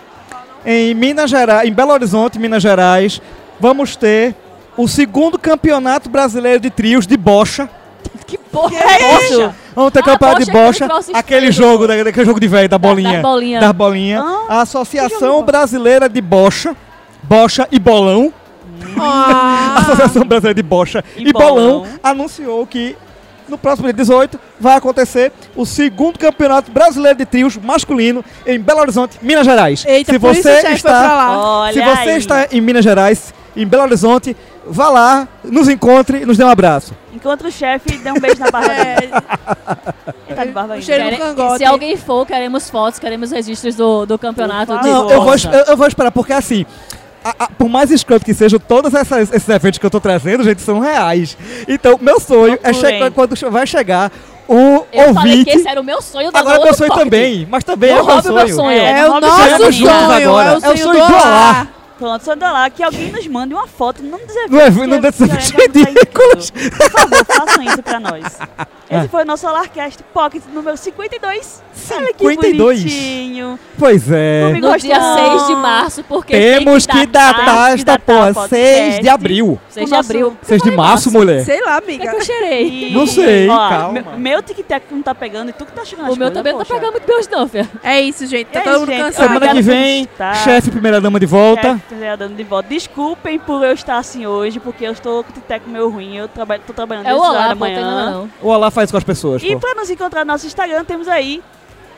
Speaker 3: em Minas Gerais, em Belo Horizonte, Minas Gerais, vamos ter o segundo campeonato brasileiro de trios de bocha.
Speaker 4: Que porra é isso?
Speaker 3: Vamos ter
Speaker 4: Ah,
Speaker 3: campeonato de
Speaker 4: bocha
Speaker 3: bocha,
Speaker 4: é aquele que você
Speaker 3: aquele
Speaker 4: esfrega.
Speaker 3: jogo, da- daquele jogo de velho, da bolinha.
Speaker 4: da bolinha. Ah,
Speaker 3: Da bolinha. a Associação Brasileira de Bocha, Bocha e Bolão. A
Speaker 5: Ah,
Speaker 3: Associação Brasileira de Bocha
Speaker 2: E
Speaker 3: e, Bolão,
Speaker 2: Bolão.
Speaker 3: anunciou que no próximo dia 18 vai acontecer o segundo campeonato brasileiro de trios masculino em Belo Horizonte, Minas Gerais.
Speaker 5: eita,
Speaker 3: se
Speaker 5: por
Speaker 3: você
Speaker 5: isso o chefe foi pra
Speaker 3: está,
Speaker 5: lá.
Speaker 2: Olha
Speaker 3: se você
Speaker 2: aí.
Speaker 3: está em Minas Gerais, em Belo Horizonte, vá lá, nos encontre e nos dê um abraço.
Speaker 2: Encontra o chefe e dê um beijo na barba dele.
Speaker 5: É,
Speaker 2: Ele tá de barba ainda.
Speaker 5: cheiro-
Speaker 4: Querem-
Speaker 5: cangote.
Speaker 4: se alguém for, queremos fotos, queremos registros do, do campeonato.
Speaker 2: Por
Speaker 4: de
Speaker 3: Não,
Speaker 2: favor.
Speaker 3: eu vou, es-
Speaker 4: bocha.
Speaker 3: eu, eu vou esperar, porque assim. a- a- por mais escroto que sejam, todos essas- esses eventos que eu tô trazendo, gente, são reais. Então, meu sonho é
Speaker 2: Procurem.
Speaker 3: chegar quando che- vai chegar o
Speaker 4: Eu falei que
Speaker 3: ouvinte.
Speaker 4: esse era o meu sonho da
Speaker 3: Agora é
Speaker 4: Lua
Speaker 3: meu
Speaker 4: do
Speaker 3: sonho
Speaker 4: Pocket.
Speaker 3: também, mas também
Speaker 4: Não
Speaker 3: é meu
Speaker 4: roube o meu
Speaker 3: sonho.
Speaker 4: sonho.
Speaker 5: É,
Speaker 2: É,
Speaker 5: o
Speaker 2: vamos
Speaker 5: nosso
Speaker 3: chegarmos
Speaker 5: sonho,
Speaker 3: juntos agora. É
Speaker 5: é o
Speaker 3: o
Speaker 5: sonho,
Speaker 3: sonho
Speaker 5: do
Speaker 3: do Olá.
Speaker 5: Olá.
Speaker 2: Pronto, só dá lá que alguém nos mande uma foto, não dos eventos.
Speaker 3: No ev- no desses
Speaker 2: que a gente vai
Speaker 3: ridículos.
Speaker 2: indo. Por favor, façam isso pra nós.
Speaker 3: Ah.
Speaker 2: Esse foi o nosso Solarcast Pocket número 52. Olha que
Speaker 3: 52.
Speaker 2: bonitinho.
Speaker 3: Pois é.
Speaker 2: Comigo.
Speaker 4: No dia
Speaker 2: Gostou?
Speaker 4: 6 de março, porque
Speaker 3: Temos que datar
Speaker 2: que
Speaker 3: esta
Speaker 2: datar o
Speaker 3: porra.
Speaker 2: podcast.
Speaker 3: 6 de abril.
Speaker 4: 6
Speaker 2: O
Speaker 4: de
Speaker 2: nosso-
Speaker 4: abril.
Speaker 3: 6 de março, mulher.
Speaker 5: Sei lá,
Speaker 4: O que, é
Speaker 5: amiga.
Speaker 4: que eu cheirei?
Speaker 2: E-
Speaker 3: Não sei,
Speaker 2: ó,
Speaker 3: calma.
Speaker 2: me- Meu tic-tac não tá pegando e tu que tá chegando
Speaker 4: O meu também não tá pegando muito bem hoje não, Fia.
Speaker 5: É isso, gente. Tá
Speaker 2: É
Speaker 5: todo
Speaker 2: isso,
Speaker 5: mundo
Speaker 2: gente.
Speaker 5: cansado.
Speaker 3: Semana que
Speaker 2: Obrigada por
Speaker 3: vem,
Speaker 2: estar.
Speaker 3: chefe primeira dama de
Speaker 2: É,
Speaker 3: volta.
Speaker 2: dando de volta. Desculpem por eu estar assim hoje, porque eu estou com o tic-tac meu ruim. Eu traba tô trabalhando
Speaker 4: É o
Speaker 2: desde horas
Speaker 4: olá,
Speaker 2: da
Speaker 4: pô, tem
Speaker 2: manhã.
Speaker 4: nada não.
Speaker 3: O Olá faz com as pessoas.
Speaker 2: E
Speaker 3: pô.
Speaker 2: pra nos encontrar no nosso Instagram, temos aí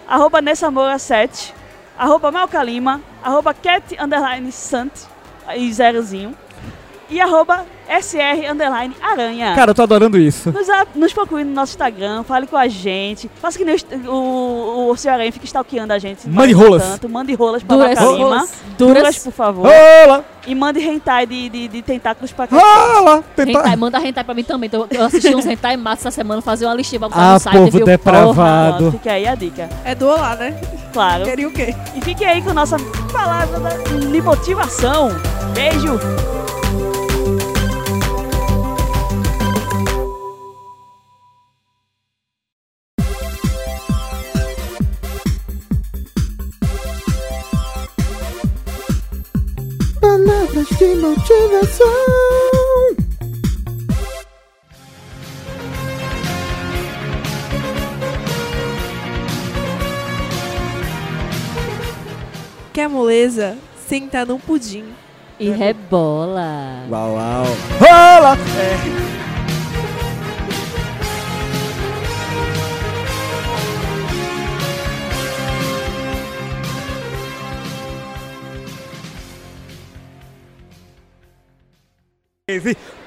Speaker 2: arroba Nessamora7, arroba Malcalima, arroba Cat underline Sant e zerozinho, e arroba SR underline Aranha.
Speaker 3: Cara, eu tô adorando isso.
Speaker 2: Nos, a- nos procure no nosso Instagram, fale com a gente. Faça que nem o, est- o, o senhor Aranha fica stalkeando a gente. não
Speaker 3: Mande
Speaker 2: faz
Speaker 3: rolas.
Speaker 2: Tanto. Mande rolas pra
Speaker 4: Duras,
Speaker 2: Malcalima.
Speaker 4: duras,
Speaker 2: Duras,
Speaker 4: duras.
Speaker 2: por favor.
Speaker 3: Olá!
Speaker 2: E mande hentai de, de, de tentáculos pra cá.
Speaker 3: Olá!
Speaker 2: tá
Speaker 3: Tentar.
Speaker 4: Hentai, manda hentai pra mim também. Então, eu assisti uns hentai massa essa semana, fazer uma listinha pra botar
Speaker 3: Ah,
Speaker 4: no site,
Speaker 3: povo
Speaker 4: viu?
Speaker 3: depravado.
Speaker 2: Fica aí a dica,
Speaker 5: É do Olá, né?
Speaker 2: claro.
Speaker 5: Queria o quê?
Speaker 2: E fique aí com nossa palavra da- de motivação. Beijo!
Speaker 1: Palavras de motivação.
Speaker 5: Que a moleza senta num pudim.
Speaker 4: E rebola.
Speaker 3: Uau, uau. Olá!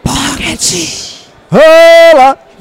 Speaker 3: Pocket! Olá!